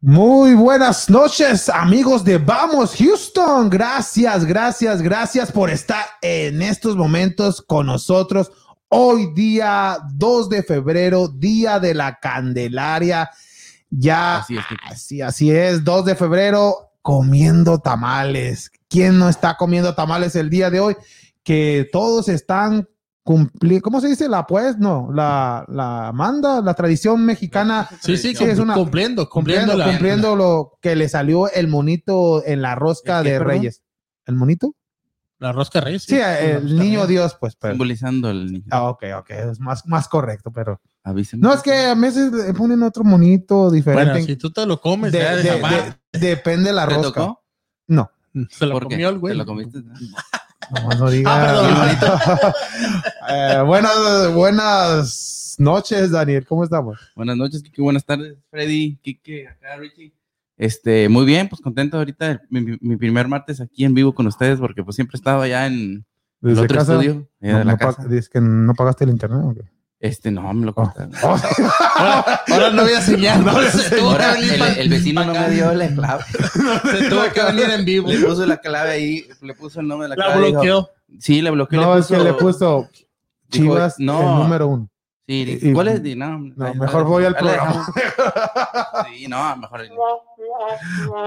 Muy buenas noches, amigos de Vamos Houston. Gracias, gracias, gracias por estar en estos momentos con nosotros. Hoy día 2 de febrero, día de la Candelaria. Ya, Así así es, es, Kiko. así, es, 2 de febrero, comiendo tamales. ¿Quién no está comiendo tamales el día de hoy? Que todos están cumpliendo, ¿cómo se dice? La pues, no, la, la manda, la tradición mexicana Sí, sí, Sí, es una- cumpliendo, cumpliendo, cumpliendo, la- cumpliendo lo que le salió el monito en la rosca ¿El qué, de perdón? Reyes. ¿El monito? la rosca de reyes. Sí, eh, el niño Dios, pues. pero- Simbolizando el niño. Ah, ok, ok, es más, más correcto, pero. Avíseme. No, es que a veces le ponen otro monito diferente. Bueno, si tú te lo comes, De- ya de- de jamás. de- depende la ¿Te rosca. tocó? No, se lo ¿Por qué? comió el güey. ¿Te lo comiste? nomás no diga. Ah, Eh, buenas, buenas noches, Daniel. ¿Cómo estamos? Buenas noches, Kike. Buenas tardes, Freddy, Kike, acá Richie. Este, muy bien, pues contento ahorita, mi, mi- mi primer martes aquí en vivo con ustedes, porque pues siempre he estado allá en el otro estudio, allá No, de la no pa- casa. dices que no pagaste el internet. ¿o qué? Este, no, me lo cortaron. Ahora, ahora no había señal. No había se tuvo Ahora, que venir el, pa- el vecino pa' no acá. me dio la clave, Se tuvo que venir en vivo. le puso la clave ahí, le puso el nombre de la, La clave. dijo- bloqueó. sí, le bloqueó. No, es que le puso dijo, Chivas no. el número uno. Sí, Y- mm, ¿cuál es? Di- No, No, ahí- mejor ahí- voy al ahí la programa. dejamos. Sí, no, mejor.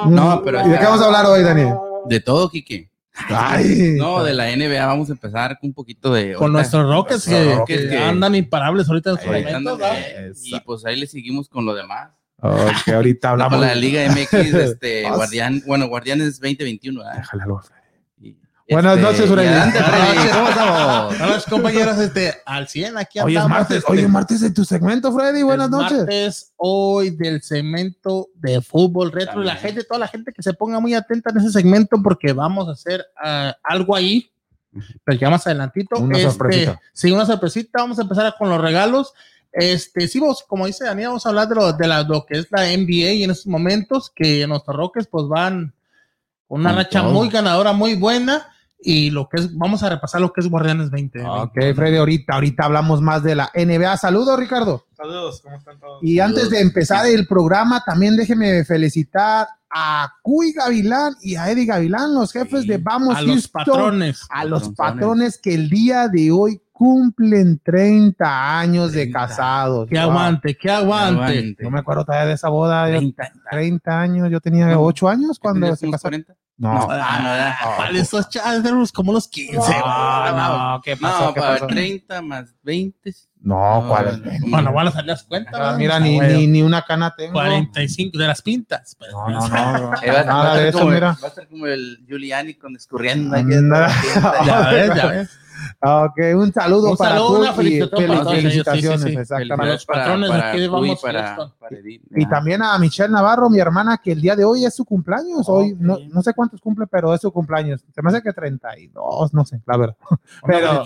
No, pero- ¿Y de qué vamos a hablar hoy, Daniel? De todo, Kike. Ay, No, de la NBA vamos a empezar con un poquito de... Con ahorita, nuestros Rockets nuestros que, Rockets que que- andan imparables ahorita en su Ahí ahorita, momento. eh, Y Esa. pues ahí le seguimos con lo demás. Oh, que ahorita hablamos. Con la Liga MX, este, Ah, sí. Guardián, bueno, Guardianes 2021. ¿verdad? Déjala, lo- Y, Buenas este, noches, Uriel. y adelante, Buenas Freddy. noches. ¿Cómo estamos? Hola, las compañeras, este, al 100 aquí Hoy es andamos, martes, este, hoy es martes de tu segmento, Freddy. Buenas es noches. martes, hoy del segmento de fútbol retro. También. La gente, toda la gente que se ponga muy atenta en ese segmento porque vamos a hacer ah, algo ahí. Pero ya más adelantito. Una Este, sorpresita. Sí, una sorpresita. Vamos a empezar con los regalos. Este, sí, vos, como dice Daniel, vamos a hablar de lo, de la- lo que es la NBA en estos momentos, que nuestros Rockets pues van con una Con racha todo. muy ganadora, muy buena, y lo que es, vamos a repasar lo que es Guardianes 20. Ok, Freddy, ahorita, ahorita hablamos más de la NBA. Saludos, Ricardo. Saludos, ¿cómo están todos? Y antes de Saludos. empezar el programa, también déjeme felicitar a Cuy Gavilán y a Eddie Gavilán, los jefes Sí, de Vamos a los Houston. patrones. a los Patrones. patrones que el día de hoy cumplen 30 años de 30. casados. Que Wow. aguante, que aguante. Adelante. No me acuerdo todavía de esa boda. yo- 30. 30 años, yo tenía No. 8 años cuando ¿Tenías se unos casaron. 40? No. No, No, ah, no, ¿verdad? Vale, esos chavos como los 15. no, ¿qué pasó? No, ¿Qué para pasó? 30 más 20. No, no, ¿cuál? no, no, Bueno, van a salir las cuentas. No, ¿verdad? mira, Ah, ni, güey, ni, ni una cana tengo. 45 de las pintas. pues. No, no, no. no. Eh, va, va Nada a Ah, de ser eso, como, mira. va a ser como el Giuliani con escurriendo. aquí. Nada. Ya ves, ya ves. Ah, Ok, un saludo Un para saludo, Cuy una y felicitación fel- para todos ellos, sí, sí, felicitaciones, sí. exactamente. Para los patrones aquí de Vamos Houston. Y también a Michelle Navarro, mi hermana, que el día de hoy es su cumpleaños. Hoy no, no sé cuántos cumple, pero es su cumpleaños. Se me hace que 32, no sé, la verdad. Una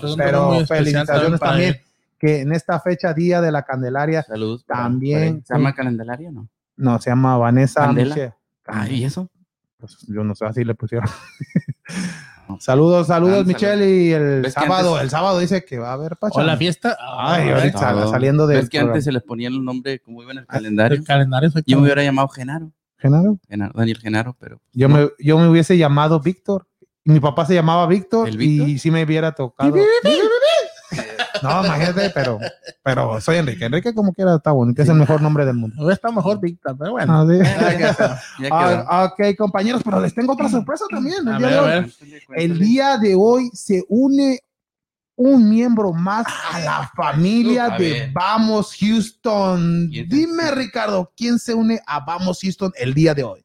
Pero, felicitación muy pero especial felicitaciones para también. él. Que en esta fecha, Día de la Candelaria, Saludos. También. ¿Se llama calendario no? no, se llama Vanessa Candela. Michelle. Ah, ¿y eso? Pues, yo no sé, así le pusieron. saludos, saludos, Ah, Michelle. saludos. Y el Ves que sábado, antes- el sábado dice que va a haber O pachanga. la fiesta. Ay, ah, ahorita Sábado. saliendo Es del que programa. antes se les ponía el nombre como iba en el El calendario. calendario Yo me efectivamente. hubiera llamado Genaro. Genaro, Genaro- Daniel Genaro, pero. Yo, me, yo me hubiese llamado Víctor. Y Mi papá se llamaba Víctor ¿El Víctor? y si me hubiera tocado. No, imagínate, pero, pero soy Enrique. Enrique, como quiera, está bonito. Es el mejor nombre del mundo. Hubiera estado mejor Víctor, pero bueno. Ah, sí. Ya quedó, ya quedó. Ah, ok, compañeros, pero les tengo otra sorpresa también. El A día ver, de a hoy. ver. El día de hoy se une un miembro más a la familia a de ver. Vamos Houston. ¿Quién? Dime, Ricardo, ¿quién se une a Vamos Houston el día de hoy?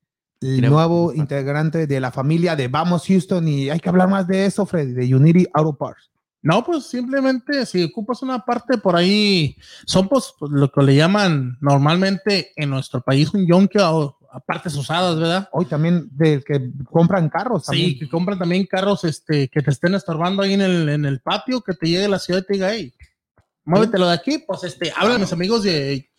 el Creo- nuevo integrante de la familia de Vamos Houston. Y hay que hablar más de eso, Freddy, de Unity Auto Parts. No, pues simplemente si ocupas una parte por ahí, son pues lo que le llaman normalmente en nuestro país un yonke o a partes usadas, ¿verdad? Hoy también del que compran carros. Sí, También. que compran también carros este, que te estén estorbando ahí en el, en el patio, que te llegue la ciudad y te diga, hey, muévetelo de aquí. Pues este, hablan mis amigos de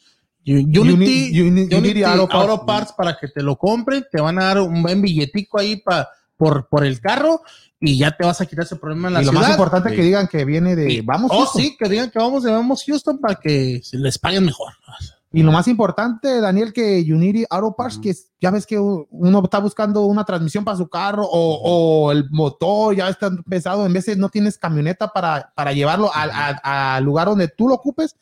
U- Unity, Uni- Uni- Unity, Auto Auto, Parts Parts. para que te lo compren, te van a dar un buen billetico ahí pa, por, por el carro y ya te vas a quitar ese problema en la Y lo ciudad. más importante es que Sí. digan que viene de Sí. Vamos Oh, Houston. sí, que digan que vamos de vamos Houston para que se les paguen mejor. Y lo más importante, Daniel, que Unity Auto Parts, Ujú. que es- ya ves que u- uno está buscando una transmisión para su carro o, o el motor ya está pesado, en veces no tienes camioneta para, para llevarlo al a- al lugar donde tú lo ocupes.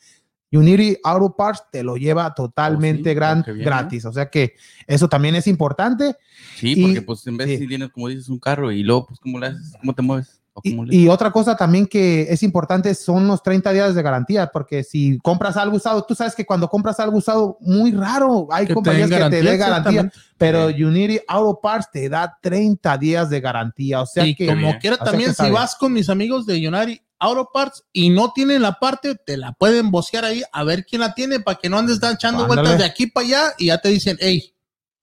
Unity Auto Parts te lo lleva totalmente Oh, sí, gran- qué bien, gratis. O sea que eso también es importante. Sí, Y- porque pues en vez sí. si tienes, como dices, un carro y luego, pues, ¿cómo le haces? ¿Cómo te mueves? ¿O Y, cómo le- y otra cosa también que es importante son los 30 días de garantía, porque si compras algo usado, tú sabes que cuando compras algo usado, muy raro, hay Que te compañías den que te garantía, den garantía. exactamente. Pero Sí. Unity Auto Parts te da 30 días de garantía. O sea y que. como quiera o sea también, que está si bien. vas con mis amigos de Unari Auto Parts y no tienen la parte, te la pueden bocear ahí a ver quién la tiene para que no andes dan- echando Ándale. vueltas de aquí para allá y ya te dicen, hey,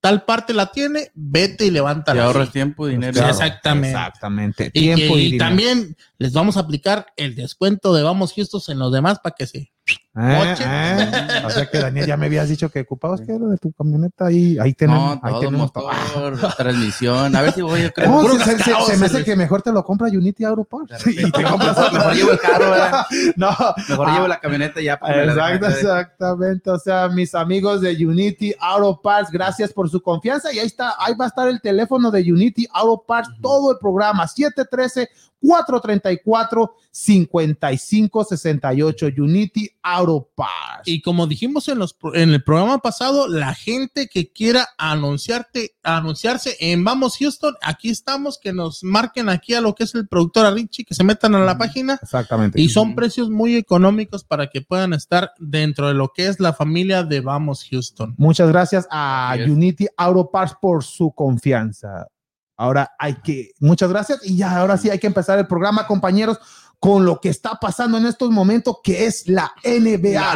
tal parte la tiene, vete y Te levántala. ahorras tiempo, dinero. Claro. exactamente. Exactamente. Y, Tiempo y y, dinero. también les vamos a aplicar el descuento de Vamos Justos en los demás para que sí. Eh, coche. eh. O sea que Daniel ya me habías dicho que ocupabas que era de tu camioneta ahí, ahí tenemos, No, ahí todo, tenemos todo. motor, transmisión. A ver si voy, yo creo. No, Puro se, se- cascado, se me hace Sergio. que mejor te lo compra Unity Auto De Parts. repente. Y te compras otro. Mejor llevo el carro, ¿verdad? No, Mejor Ah. llevo la camioneta y ya. pues, me la dejan Exacto, acá de- exactamente. O sea, mis amigos de Unity Auto Parts, gracias por su confianza. Y ahí está, ahí va a estar el teléfono de Unity Auto Parts, todo el programa, 713-434-5568. Unity Auto Parts. Y como dijimos en, los, pro- en el programa pasado, la gente que quiera anunciarte, anunciarse en Vamos Houston, aquí estamos, que nos marquen aquí a lo que es el productor a Richie, que se metan a la página Exactamente. y son Ujú. precios muy económicos para que puedan estar dentro de lo que es la familia de Vamos Houston. Muchas gracias a Así es. Unity Auto Parts por su confianza. Ahora hay que, muchas gracias y ya ahora sí hay que empezar el programa, compañeros, con lo que está pasando en estos momentos, que es la NBA,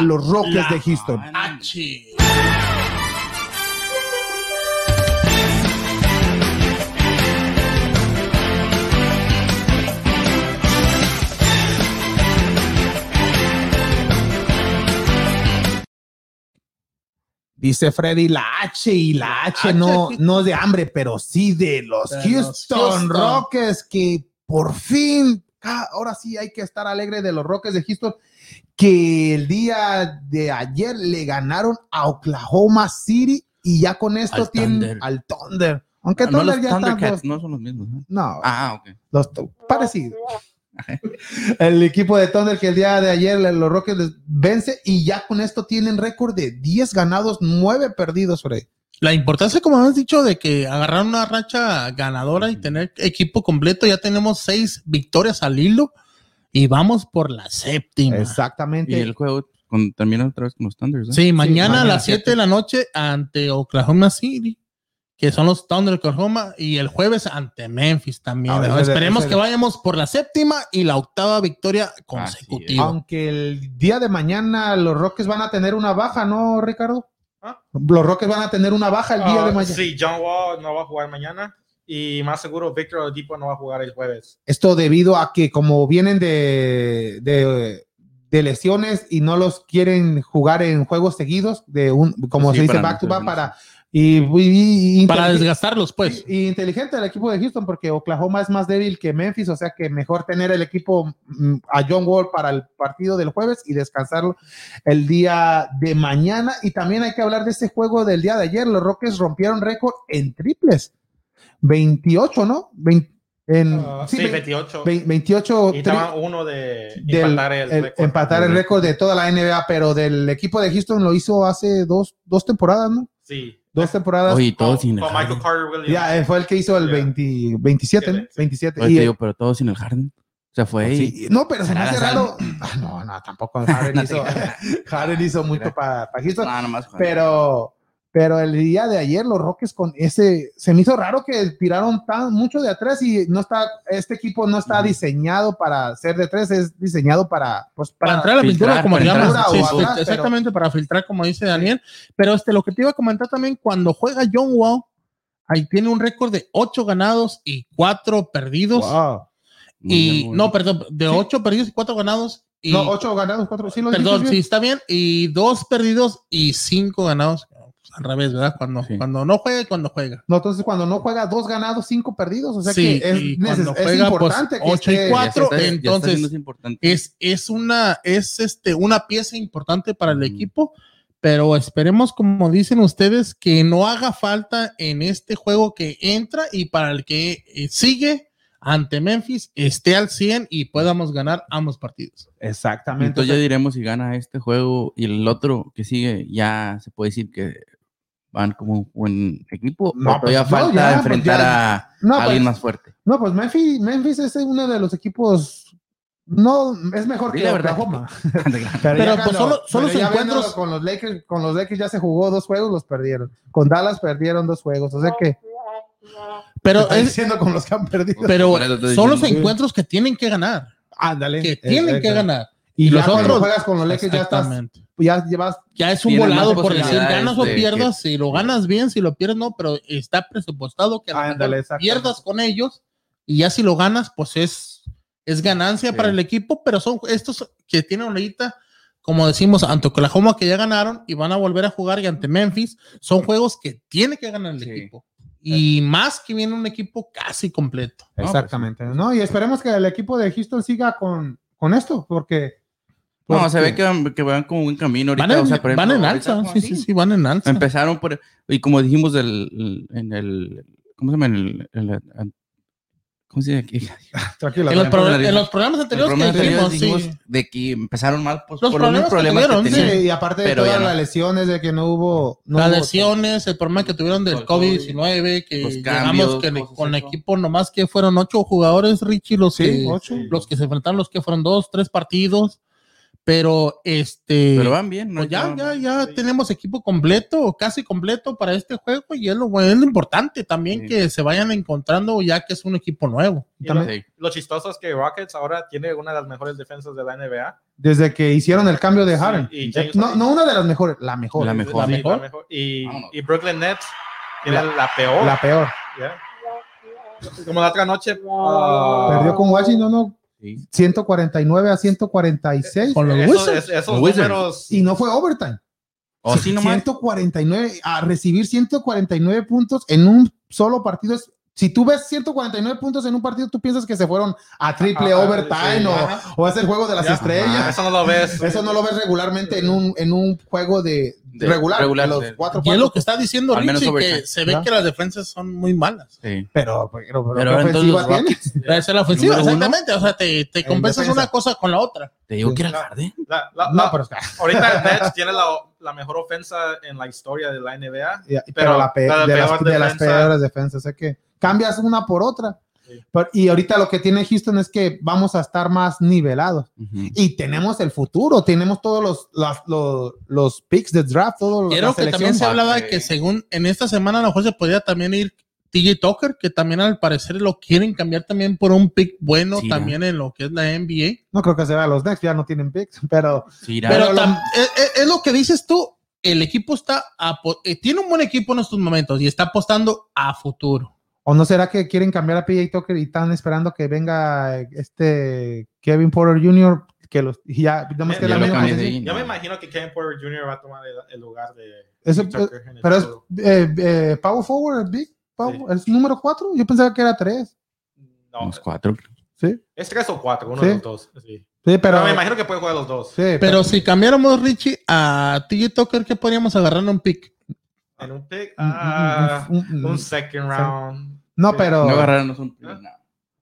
La- los Rockets la- de Houston. Ah, Ah, H. Dice Freddy, la H y la H, H no, aquí. no de hambre, pero sí de los De los Houston, Houston. Rockets, que por fin, ah, ahora sí hay que estar alegre de los Rockets de Houston, que el día de ayer le ganaron a Oklahoma City y ya con esto Al tienen Thunder. Ah, al Thunder. Aunque no Thunder los ya está. Thundercats pues, no son los mismos. ¿no? no, Ah, ok. los to- parecidos. El equipo de Thunder que el día de ayer le- los Rockets les vence y ya con esto tienen récord de 10 ganados, 9 perdidos, Freddy. La importancia, como habías dicho, de que agarrar una racha ganadora y tener equipo completo, ya tenemos seis victorias al hilo y vamos por la séptima. Y Exactamente. el juego con, también otra vez con los Thunders. ¿eh? Sí, mañana a mañana las 7 de la noche ante Oklahoma City, que son los Thunder de Oklahoma, y el jueves ante Memphis también. Ahora, ¿no? ese de- Esperemos ese que de- vayamos por la séptima y la octava victoria consecutiva. Aunque el día de mañana los Rockets van a tener una baja, ¿no, Ricardo? Los Rockets van a tener una baja el día Ah, de mañana. Sí, John Wall no va a jugar mañana y más seguro Victor Oladipo no va a jugar el jueves. Esto debido a que como vienen de, de, de lesiones y no los quieren jugar en juegos seguidos, de un, como Sí, se dice para back to back, nosotros, para... Y, y- y- Para inteligen- desgastarlos, pues. y- y inteligente el equipo de Houston porque Oklahoma es más débil que Memphis, o sea que mejor tener el equipo mm, a John Wall para el partido del jueves y descansarlo el día de mañana. Y también hay que hablar de ese juego del día de ayer. Los Rockets rompieron récord en triples. 28, ¿no? Vein- en, Ah, Mm, sí, sí, vein- 28. vein- 28 tri- y estaba uno de del- empatar el, el- récord. empatar el récord de toda la NBA, pero del equipo de Houston lo hizo hace dos, dos temporadas, ¿no? Sí. Dos temporadas. Oye, y todo Con, sin el con Harden. Michael Carter Williams. Ya, eh, fue el que hizo el Ya. 20 27, ¿no? Sí. 27. Oye, Y- te digo, pero todo sin el Harden. Se fue y Sí, No, pero se me hace Será la raro. Ah, no, no, tampoco. Harden No te hizo, Harden hizo mucho para Houston. Ah, nomás, Juan. Pero, pero el día de ayer, los Rockets con ese. Se me hizo raro que tiraron tan mucho de atrás y no está. Este equipo no está Ujú. diseñado para ser de tres, es diseñado para. Pues Para para. entrar a la filtrar, pintura, como para digamos, entrar sí, o sí, hablar, pero- exactamente, para filtrar, como dice Daniel. Pero este, lo que te iba a comentar también, cuando juega John Wall, ahí tiene un récord de 8 ganados y 4 perdidos. Wow. Muy y bien, muy no, bien. perdón, de 8 perdidos y 4 ganados. Y, No, ocho ganados, cuatro. Pues Sí, lo perdón, dijiste sí, bien. está bien. Y 2 perdidos y 5 ganados. Pues, al revés, ¿verdad? Cuando, Sí. cuando no juega y cuando juega. No, entonces cuando no juega dos ganados, cinco perdidos. O sea Sí, que es, y neces- cuando es juega, pues, importante que ocho y esté- cuatro. Ya está- ya está entonces, siendo importante. Es, es una, es este, una pieza importante para Mm. el Ujú. equipo. Pero esperemos, como dicen ustedes, que no haga falta en este juego que entra y para el que eh, sigue ante Memphis esté al 100 y podamos ganar ambos partidos. Exactamente. Entonces ya diremos si gana este juego y el otro que sigue, ya se puede decir que van como un buen equipo. No, No, todavía pues, no, falta ya, enfrentar pues, ya. a No, pues, alguien más fuerte. No, pues Memphis, Memphis es uno de los equipos. No, es mejor Di que la verdad. Oklahoma. Pero, ya pues, solo- solo pero se ya encuentros- viéndolo con los Lakers, con los Lakers ya se jugó dos juegos, los perdieron. Con Dallas perdieron dos juegos, o sea que Pero, está es, diciendo con los que han perdido. pero Por eso estoy son los diciendo. encuentros que tienen que ganar. Ándale. Que tienen que Exacto. ganar. eh, Y, Y los los otros- juegas con los Lakers ya estás Exactamente. ya llevas ya es un Tiene más volado por decir posibilidades ganas o de que- pierdas, si lo ganas bien, si lo pierdes no, pero está presupuestado que a lo Ah, mejor ándale, exactamente. pierdas con ellos y ya si lo ganas, pues es, es ganancia Sí. para el equipo, pero son estos que tienen ahorita, como decimos, ante Oklahoma que ya ganaron y van a volver a jugar y ante Memphis, son juegos que tiene que ganar el Sí. equipo. Y más que viene un equipo casi completo. pues, exactamente, ¿no? Y esperemos que el equipo de Houston siga con, con esto porque No, porque- se ve que van, que van como un camino ahorita. Van en, o sea, por ejemplo, van en ahorita alza, como sí, así. sí, sí, van en alza. Empezaron por, y como dijimos del, en el, ¿cómo se llama? En el, en la- en- ¿cómo se dice aquí? tranquilo, En los, tranquilo. pro- en los programas anteriores Problemas que dijimos, anteriores sí. dijimos de que empezaron mal pues, Los por los mismos problemas que problemas que tuvieron, tenían. Sí, y aparte de Pero todas ya no. las lesiones de que no hubo no las hubo- lesiones, el problema que tuvieron del Los COVID, COVID-19, que los digamos cambios, que cosas con así, ¿no? equipo nomás que fueron ocho jugadores, Richie, los, Sí, que, ocho. los que se enfrentaron, los que fueron dos, tres partidos, pero este... Pero van bien, ¿no? pues ya, Van- ya, ya tenemos equipo completo, o casi completo para este juego y es lo, bueno, es lo importante también Sí. que se vayan encontrando ya que es un equipo nuevo. Y También- Sí. Lo chistoso es que Rockets ahora tiene una de las mejores defensas de la NBA. desde que hicieron el cambio de Sí, Harden. y James no, Harden. no una de las mejores, la mejor. La La, mejor. La Sí, mejor. Y, Vámonos. y Brooklyn Nets tiene la, peor. peor. ya. Como la otra noche. ah, Perdió con Washington ¿no? Sí. 149 a eh, 146. Con los esos- Wizards. es- esos Los Wizards. números. Y no fue overtime. O Oh, sí, nomás. 149 a recibir 149 puntos en un solo partido es si tú ves 149 puntos en un partido, tú piensas que se fueron a triple Ah, overtime sí, o, ajá. o es el juego de las Ya. estrellas. Eso no lo ves. Eso no lo ves regularmente en un, en un juego de, De- regular, regular, de los de- cuatro Y es lo cuartos. que está diciendo Al menos Richie, overtime. que se ve Ya. que las defensas son muy malas. Sí. Pero, pero, Pero pero, ¿qué entonces ofensiva los Esa tiene? es la ofensiva, Número uno. exactamente, o sea, te, te En compensas defensa. una cosa con la otra. Te digo que era No. tarde. La- la- No, la- pero, Ahorita el Nets tiene la, la mejor ofensa en la historia de la NBA. ya, pero Pero la pe- la de, las, peor de las defensa. peores defensas. O sea que cambias una por otra. Sí. Pero- y ahorita lo que tiene Houston es que vamos a estar más nivelados. Ujú. Y tenemos el futuro, tenemos todos los, las- los, los picks de draft, todos los Quiero que también se va, hablaba sí. que según en esta semana a lo mejor se podía también ir TJ Tucker, que también al parecer lo quieren cambiar también por un pick bueno Sí, también en lo que es la NBA. No creo que se vea los Knicks, ya no tienen picks, pero Sí, era- Pero lo- tam- es, es- es lo que dices tú, el equipo está apo- eh, tiene un buen equipo en estos momentos y está apostando a futuro. ¿o no será que quieren cambiar a PJ Tucker y están esperando que venga este Kevin Porter Jr. que los y ya digamos que Ya la lo misma cambies posición? ahí, Yo ¿no? me imagino que Kevin Porter Jr. va a tomar el, el lugar de. Eso- Tucker en el Pero es futuro. eh, eh, Power Forward, Big Power, es número 4. Yo pensaba que era 3. No, Unos cuatro. Sí, es tres o cuatro, uno Sí. de los dos. sí. sí, pero. Pero, me imagino que puede jugar los dos. sí, Pero si cambiáramos Richie a TJ Tucker, ¿qué podríamos agarrar en un pick? En un pick, Mm, mm, ah, mm, mm, mm, un second round. no, pero. No agarraron, no son- ¿Ah?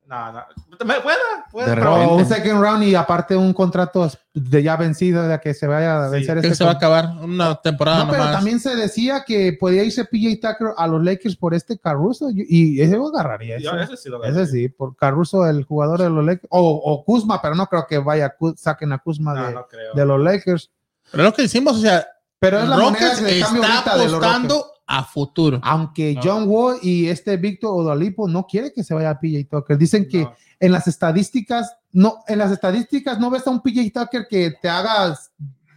No, no. Me- Pueda, pueda. De pero- Pero un Vente. second round y aparte un contrato de ya vencido de que se vaya a Sí, vencer Creo que este se va a con- acabar una temporada No, pero nomás. también se decía que podía irse PJ Tucker a los Lakers por este Caruso y- y ese yo agarraría. Yo, Eso. ese sí lo agarré. Ese sí, por Caruso, el jugador de los Lakers, o, o Kuzma, pero no creo que vaya, Ku- saquen a Kuzma No, de, no creo. de los Lakers. Pero lo que decimos, o sea, Pero es la moneda Rockets de cambio está ahorita de los Rockets. apostando a futuro. Aunque No. John Wall y este Víctor Odolipo no quiere que se vaya a PJ Tucker. Dicen que No. en las estadísticas, no, en las estadísticas no ves a un PJ Tucker que te hagas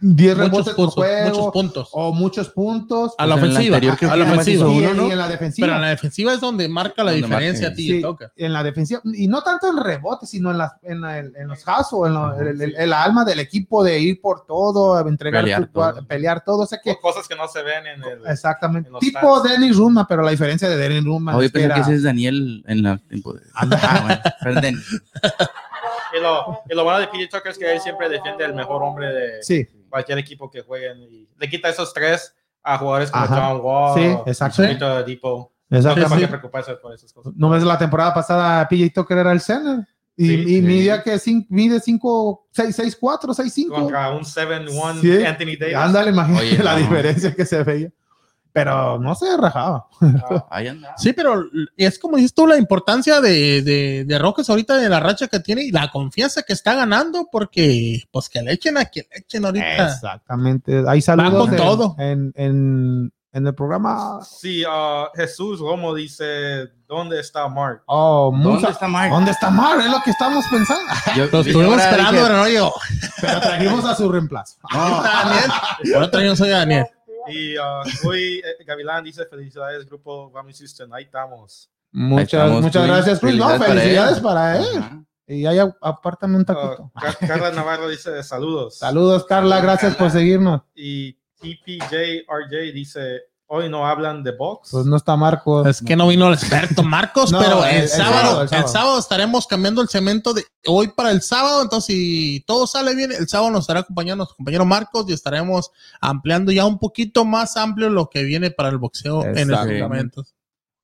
10 Muchos rebotes por puntos, muchos juego puntos. o muchos puntos. A la Pues en el ofensiva, anterior que a fue la nada más hizo ofensiva. uno, y, en- ¿no? y en Pero la en defensiva. la defenseva es donde marca la Donde marca, diferencia a sí. ti. Sí, toca. en la defensiva, y no tanto en rebotes, sino en, las, en, la- en los casos, en, la- el, el- el alma del equipo de ir por todo, entregar, Pelear tu cua- todo. pelear todo. O sea que, Cosas que no se ven en el. exactamente, en los tipo stats. Dennis Rudman, pero la diferencia de Dennis Rudman Hoy es que pensé que era- ese es Daniel en la tiempo de- Ah, bueno. Perdón. Y lo, y lo bueno de PJ Tucker es que él siempre defiende el mejor hombre de Sí, cualquier equipo que jueguen. Y le quita esos tres a jugadores como Ajá. John Wall. sí, o exacto. Victor Oladipo. No Exactamente. tengo que preocuparse por esas cosas. No ves la temporada pasada, PJ Tucker era el center. Y, Sí, y sí. midía que cin- mide 5, 6, 6, 4, 6, 5. Contra un 7-1 Sí. Anthony Davis. Ándale, imagínate Oye, la no. diferencia que se veía. Pero no se rajaba. Ah, Ahí anda. Sí, pero es como dices tú, la importancia de, de, de Rockets ahorita, de la racha que tiene y la confianza que está ganando, porque pues que le echen a quien le echen ahorita. Exactamente. Ahí saludos con en, todo. En, en, en el programa. sí, ah, Jesús Romo dice: ¿Dónde está Mark? Oh, ¿Dónde mucha- está Mark? ¿Dónde está Mar? Es lo que estamos pensando. Yo- Lo yo estuvimos ahora esperando, dije, pero no llegó. Pero trajimos a su reemplazo. Daniel. Ahora traemos a Daniel. Y ah, Rui eh, Gavilán dice: Felicidades, grupo Vamos Houston. Ahí estamos. Muchas, estamos, muchas Luis. gracias, Luis. No, Felicidades para felicidades él. para él. Ajá. Y ahí a- apártame un Ah, taquito. Car- Carla Navarro dice: Saludos. Saludos, Carla. Gracias por seguirnos. Y TPJRJ dice: Hoy no hablan de box. Pues no está Marco. Es que no vino el experto Marcos, No, pero el- el, el sábado, sábado, el el sábado. sábado. estaremos cambiando el cemento de hoy para el sábado. Entonces, si todo sale bien, el sábado nos estará acompañando nuestro compañero Marcos y estaremos ampliando ya un poquito más amplio lo que viene para el boxeo en estos Exactamente. momentos.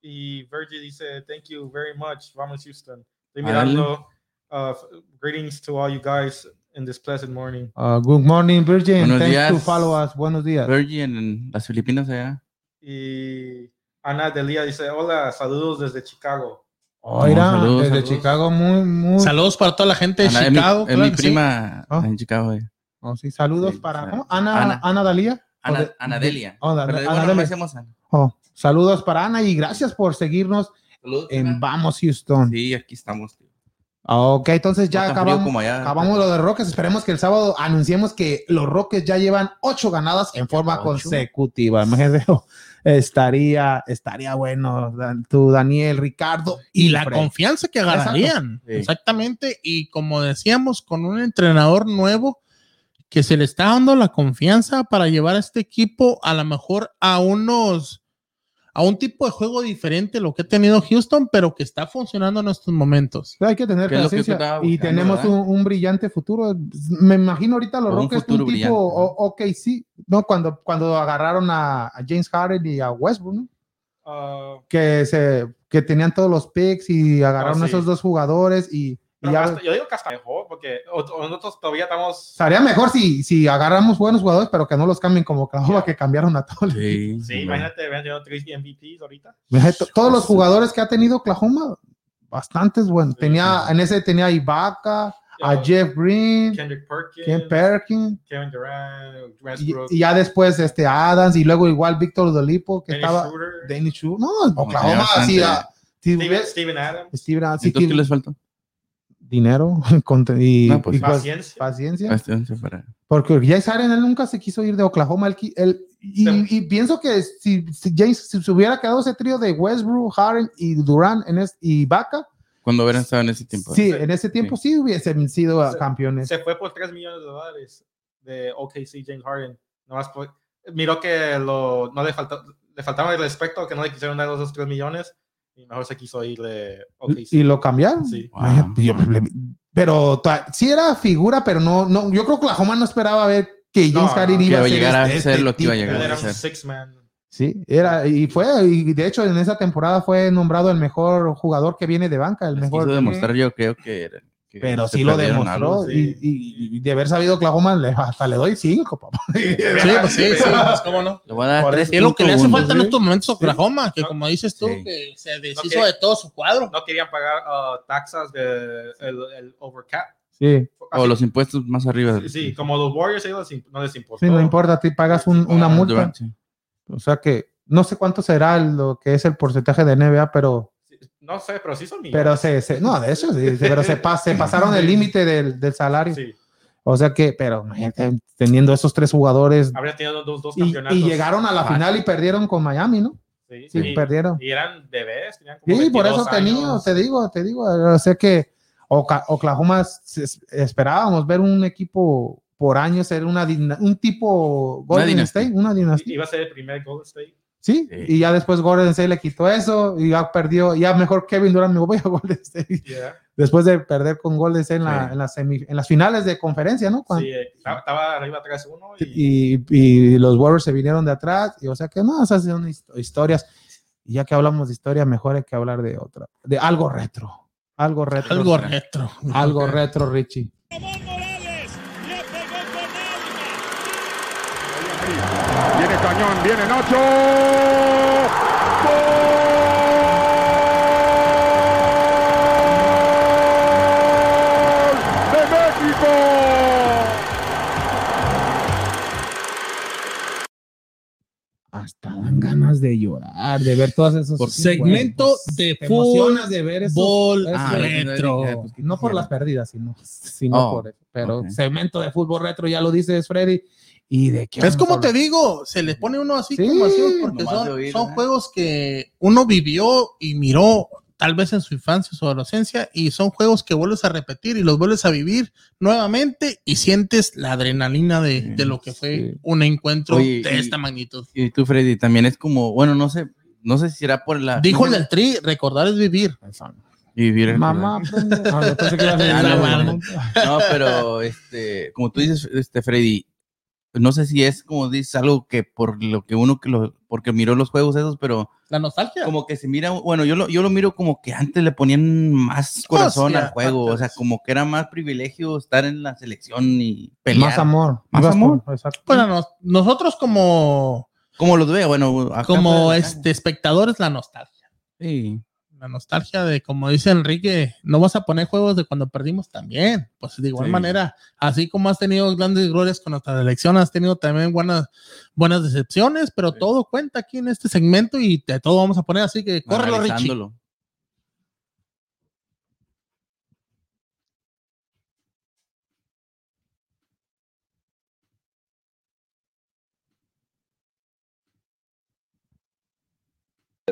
Y Virgil dice, thank you very much, Vamos Houston. Estoy Ándale. mirando, uh, f- greetings to all you guys in this pleasant morning. Uh, good morning, Virgin. Buenos Thanks días. to follow us. Buenos días. Virgin en las Filipinas allá. Y Ana Delia dice, hola, saludos desde Chicago. Oh, mira, Saludos, desde saludos. Chicago, muy, muy. Saludos para toda la gente de Ana, es mi- Chicago. es mi, claro que sí. prima Ah. en Chicago. eh. Oh, sí, saludos Sí, para sal- ¿cómo? Ana, Ana, Ana. Dalía. O Ana, de- Ana Delia. Oh, da- Pero Ana bueno, no Delia. decíamos Ana. Oh, saludos para Ana y gracias por seguirnos Saludos, en Ana. Vamos Houston. Sí, aquí estamos. tío. Ah, Ok, entonces No ya tan frío acabamos, como allá. acabamos lo de Rockets. Esperemos que el sábado anunciemos que los Rockets ya llevan ocho ganadas en forma ¿Ocho? consecutiva. Imagínate, oh, estaría, estaría bueno Dan- tú, Daniel, Ricardo y la Fred. confianza que ganarían. Sí. Exactamente. Y como decíamos, con un entrenador nuevo que se le está dando la confianza para llevar a este equipo a lo mejor a unos a un tipo de juego diferente a lo que ha tenido Houston, pero que está funcionando en estos momentos. Hay que tener Que es lo que paciencia. yo estaba y buscando, tenemos un, ¿verdad? un brillante futuro. Me imagino ahorita los O un Rockets un, futuro brillante, tipo, ¿no? o- ok, sí, no, cuando, cuando agarraron a, a James Harden y a Westbrook, ¿no? Uh, que se que tenían todos los picks y agarraron Ah, sí. a esos dos jugadores y, y pero ya hasta- yo digo que hasta mejor, porque ot- nosotros todavía estamos... estaría mejor si, si agarramos buenos jugadores, pero que no los cambien como Oklahoma, que cambiaron a todos. Sí, Sí, imagínate, habían tenido tres MVPs ahorita. To- Todos los jugadores que ha tenido Oklahoma, bastantes buenos. Tenía, en ese tenía a Ibaka, a Uh, Jeff Green, Kendrick Perkins, Ken Perkins. Kevin Durant, Y, Westbrook, y ya después este Adams y luego igual Víctor Dolipo que Dennis estaba Schroeder, Dennis Schroeder. No, Oklahoma tenía bastante. sí, ah, sí, Steven, ves, Steven Adams, Steve Adams, sí, Entonces, ¿qué tiene les falta? dinero conte- y, No, pues, y pas- paciencia. paciencia. Bastante para- Porque James Harden él nunca se quiso ir de Oklahoma. él qui- él- y, Sí. y pienso que si, si James si se hubiera quedado ese trío de Westbrook, Harden y Durant en es- y Vaca, Cuando hubieran estado en ese tiempo. sí, Sí. en ese tiempo sí, hubiesen sido ah, Sí. campeones. se fue por 3 millones de dólares de OKC James Harden. Nomás por- miró que lo, no le, faltó, le faltaba el respeto, que no le quisieron dar los dos 3 millones y mejor se quiso ir de OKC. Y lo cambiaron. Sí. Wow. Imagínate, yo- Pero ta- sí era figura, pero no, no, yo creo que Oklahoma no esperaba ver que James No, Harden no, iba que a iba a ser llegar a este- ser lo que iba a este Él llegar. era a un ser. six man. Sí, era, y fue, y de hecho en esa temporada fue nombrado el mejor jugador que viene de banca, el Les mejor. quiso demostrar, yo creo que. era- que Pero se sí lo perdieron demostró. algo. sí. y, y- y de haber sabido Oklahoma, le- hasta le doy cinco, papá. Sí, pues sí, sí, pues cómo no. Le voy a dar Por eso Es lo que le hace 3.1. falta en estos momentos a Oklahoma, que No. como dices tú, Sí. que se deshizo Ok. de todo su cuadro. No querían pagar ah, taxas del el, el overcap. Sí, O los impuestos más arriba. Sí, sí, como los Warriors, ellos les imp- no les importó. sí, no importa, te pagas un- una multa. Durant, sí. O sea que no sé cuánto será lo que es el porcentaje de NBA, pero, No sé, pero sí son millones. pero se, se- no, de hecho, sí, sí, pero se, pas- se pasaron el límite del, del salario. Sí, O sea que, pero imagínate, teniendo esos tres jugadores habría tenido dos, dos y- y, campeonatos. Ah, llegaron a la final y perdieron con Miami, ¿no? Sí, Sí, y- perdieron. Y eran bebés, tenían como Sí, por 22 eso te niño, años. te digo, te digo, o sea que Oca- Oklahoma s- s- esperábamos ver un equipo por años ser una digna- un tipo Golden dinastía. State, una dinastía. Iba a ser el primer Golden State. Sí, Sí. y ya después Golden State le quitó eso y ya perdió, ya mejor Kevin Durant me voy a Golden State Yeah. después de perder con Golden State en, la- Sí. en, las semi- en las finales de conferencia, ¿no? Cuando- Sí, eh, estaba, estaba arriba 3-1 y, y, y los Warriors se vinieron de atrás, y o sea que no, esas son his- historias. Y ya que hablamos de historia, mejor hay que hablar de otra, de algo retro, algo retro, Algo retro. algo retro, Richie. Viene Cañón, viene Nacho. ¡Gol de México! Hasta dan ganas de llorar, de ver todos esos Por segmento juegos. de Te emocionas de ver esos- Fútbol esos- Ah, retro. pues, ¿qué no por quisiera? las pérdidas, sino, sino Oh, por eso. Pero ok. segmento de fútbol retro, ya lo dices, Freddy. Y de qué Es vamos a como te hablar? digo, se les pone uno así Sí, como así, porque nomás de son, oír, son ¿eh? juegos que uno vivió y miró tal vez en su infancia, su adolescencia, y son juegos que vuelves a repetir y los vuelves a vivir nuevamente y sientes la adrenalina de, de lo que fue Sí. un encuentro Oye, de y- esta magnitud. Y tú, Freddy, también es como, bueno, no sé, no sé si era por la. Dijo el del tri, recordar es vivir. Vivir. Mamá, aprende. Ah, yo pensé que ibas a decir Ah, no, algo. No, pero este, como tú dices, este Freddy, no sé si es como dices algo que por lo que uno que lo, porque miró los juegos esos, pero La nostalgia. como que se mira, bueno, yo lo, yo lo miro como que antes le ponían más corazón Hostia, al juego, o sea, antes. como que era más privilegio estar en la selección y Más pelear. amor. Más Ibas amor. por- exacto. Bueno, nos- nosotros como, como los veo, bueno, acá como fuera de la este, espectadores, la nostalgia. calle. Sí. La nostalgia de, como dice Enrique, no vas a poner juegos de cuando perdimos también. Pues de igual Sí. manera, así como has tenido grandes glorias con nuestra elección, has tenido también buenas, buenas decepciones, pero todo cuenta aquí en este segmento y de todo vamos a poner así que córrelo, Richie. analizándolo.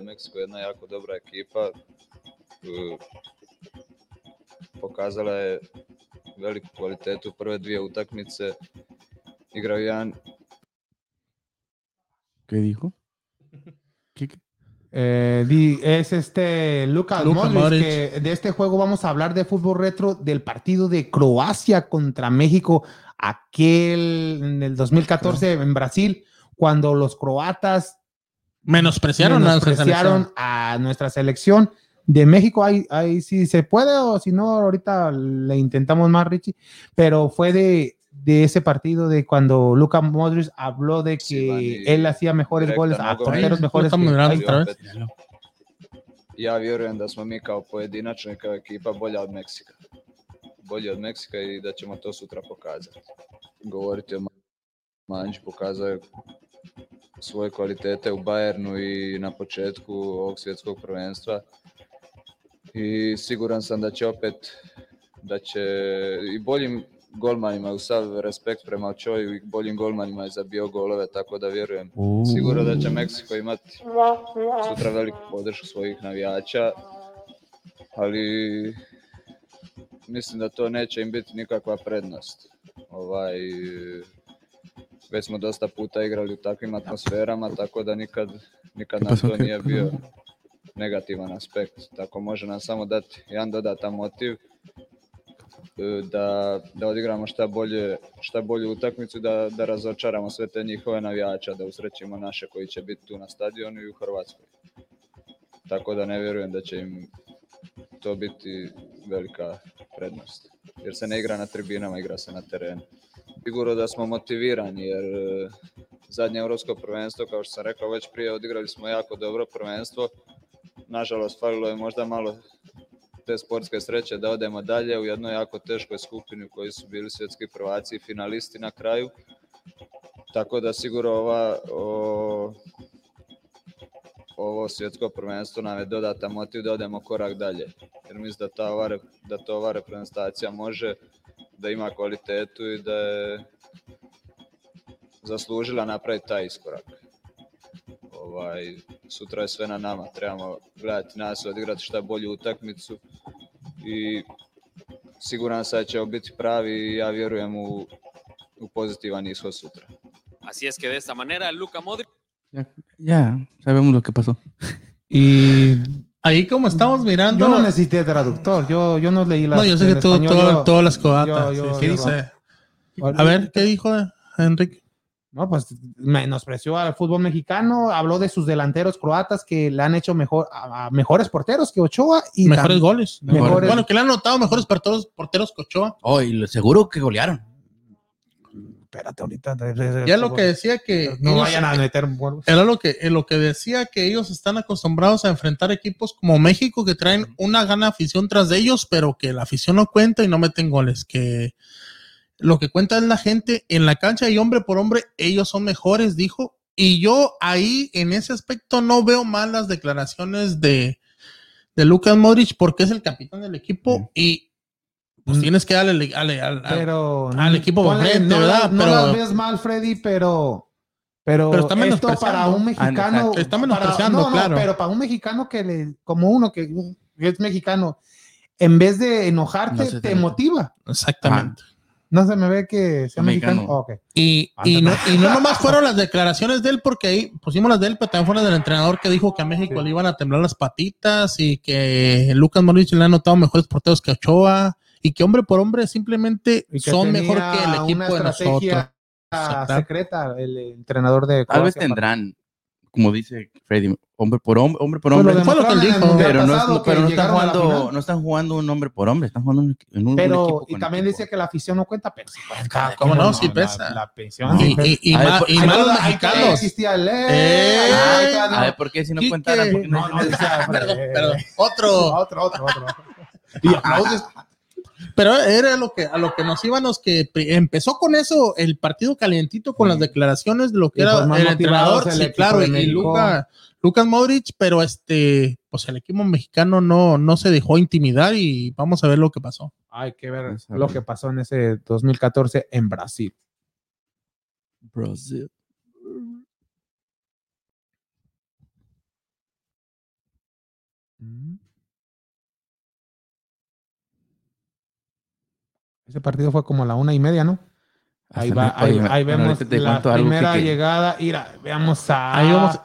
Meksiko je jedna jako dobra ekipa. Eh, Pokazala je veliku kvalitetu prve dvije utakmice. Igraju jedan ¿Qué dijo? ¿Qué- qué? Eh, di- es este Lucas Luka Modric, Modric. que de este juego vamos a hablar de fútbol retro del partido de Croacia contra México, aquel en el 2014 en Brasil, cuando los croatas Menospreciaron, a nuestra menospreciaron selección. a nuestra selección de México. Ahí, ahí sí se puede, o si no, ahorita le intentamos más, Richie. Pero fue de, de ese partido de cuando Lucas Modric habló de que Sí, van y- él hacía mejores directa, goles ¿no? a Gol. porteros Ahí, Lucas mejores. que- Modric. Ay, otra vez. Ja vjerujem da smo mi kao pojedinačno i kao ekipa bolja od Meksika. Bolji od Meksika i da ćemo to sutra pokazati. Govoriti o Ma- Manđi pokazao je svoje kvalitete u Bayernu i na početku ovog svjetskog prvenstva. I siguran sam da će opet, da će i boljim golmanima, u sav respekt prema Čoju i boljim golmanima je zabio golove, tako da vjerujem Sigurno da će Meksiko imati sutra veliku podršku svojih navijača, ali mislim da to neće im biti nikakva prednost. Ovaj, već smo dosta puta igrali u takvim atmosferama, tako da nikad, nikad nam to nije bio negativan aspekt. Tako može nam samo dati jedan dodatan motiv e, da, da odigramo šta, bolje, šta bolju utakmicu, da, da razočaramo sve te njihove navijača, da usrećimo naše koji će biti tu na stadionu i u Hrvatskoj. Tako da ne vjerujem da će im to biti velika prednost. Jer se ne igra na tribinama, igra se na terenu. Sigurno da smo motivirani jer e, zadnje europsko prvenstvo, kao što sam rekao već prije, odigrali smo jako dobro prvenstvo. Nažalost, falilo je možda malo te sportske sreće da odemo dalje u jednoj jako teškoj skupini u kojoj su bili svjetski prvaci i finalisti na kraju. Tako da sigurno ova, o, ovo svjetsko prvenstvo nam je dodatan motiv da odemo korak dalje. Jer mislim da, ta ova, rep- da to ova reprezentacija može, da ima kvalitetu i da je zaslužila napraviti taj iskorak. Ovaj, sutra je sve na nama, trebamo gledati nas, odigrati šta bolju utakmicu i siguran sam da ćemo biti pravi i ja vjerujem u, u pozitivan ishod sutra. Así es que de esta manera, Luca Modric. Ya, sabemos lo que pasó. Y ahí como estamos mirando... Yo no necesité traductor, yo, yo no leí la. No, yo sé que tú, todo- todas las coatas. yo- ¿Qué yo- dice? A ver, ¿qué dijo eh, Enrique? No, pues menospreció al fútbol mexicano, habló de sus delanteros croatas que le han hecho mejor, a, a mejores porteros que Ochoa y Mejores tam- goles. Mejores. Mejores. Bueno, que le han notado mejores porteros, porteros Cochoa. Oh, y lo- seguro que golearon. Espérate ahorita. de- de- de- Ya lo que decía que... no ellos- vayan a meter gol. Era lo que, eh, lo que decía que ellos están acostumbrados a enfrentar equipos como México que traen una gran afición tras de ellos, pero que la afición no cuenta y no meten goles. Que lo que cuenta es la gente en la cancha y hombre por hombre, ellos son mejores, dijo. Y yo ahí en ese aspecto no veo mal las declaraciones de, de Lucas Modric porque es el capitán del equipo y pues tienes que darle ale- al- al- Mm. Pero al equipo ponle- enfrente, no, ¿verdad? No pero- las ves mal, Freddy, pero pero, Pero está esto menospreciando. Ah, para un mexicano Está para- menospreciando, no, no, claro. Pero para un mexicano que le como uno que es mexicano en vez de enojarte No se te te ve. motiva. exactamente. No se me ve que sea mexicano. Ah, Mexicano. Ok. Y, y, no, y no nomás fueron las declaraciones de él, porque ahí pusimos las de él, pero también fueron las del entrenador que dijo que a México le iban a temblar las patitas y que Lucas Modric le ha anotado mejores porteros que Ochoa y que hombre por hombre simplemente Y que son tenía mejor que el una equipo de nosotros. estrategia secreta el entrenador de Tal vez Croacia, tendrán, como dice Freddy, hombre por hombre, hombre por Pues lo hombre. Fue lo que él demostraron en el dijo. Mundial Pero no, es- pasado no- que pero no están llegaron a la jugando, final. no están jugando un hombre por hombre, están jugando un, en un- un Pero equipo y con también equipo. dice que la afición no cuenta peso. Ah, ¿Cómo no? Sí pesa. La, la pensión. Y, y, y A ver, ma- por- y ahí malos Ahí todavía mexicanos. existía el- Eh. Ahí todavía A no. ver, ¿por qué si no Quique. cuentaran? ¿Por qué no- No, no, decía, Perdón, eh, perdón. Otro. Otro, otro, otro. Y aplaudes. Pero era lo que, a lo que nos íbamos, que pri- empezó con eso, el partido calientito con las declaraciones de lo que Y era pues más el motivados entrenador, el sí, equipo claro, de y México. Luca, Lucas Modric, pero este, pues el equipo mexicano no, no se dejó intimidar y vamos a ver lo que pasó. Hay que ver Esa- lo que pasó en ese 2014 en Brasil. Brasil. Mm. Ese partido fue como a la una y media, ¿no? Ahí, Hasta va, ahorita ahí, te- ahí vemos ahorita te la cuento algo, primera Quique. llegada. Mira, veamos a. Ahí vamos-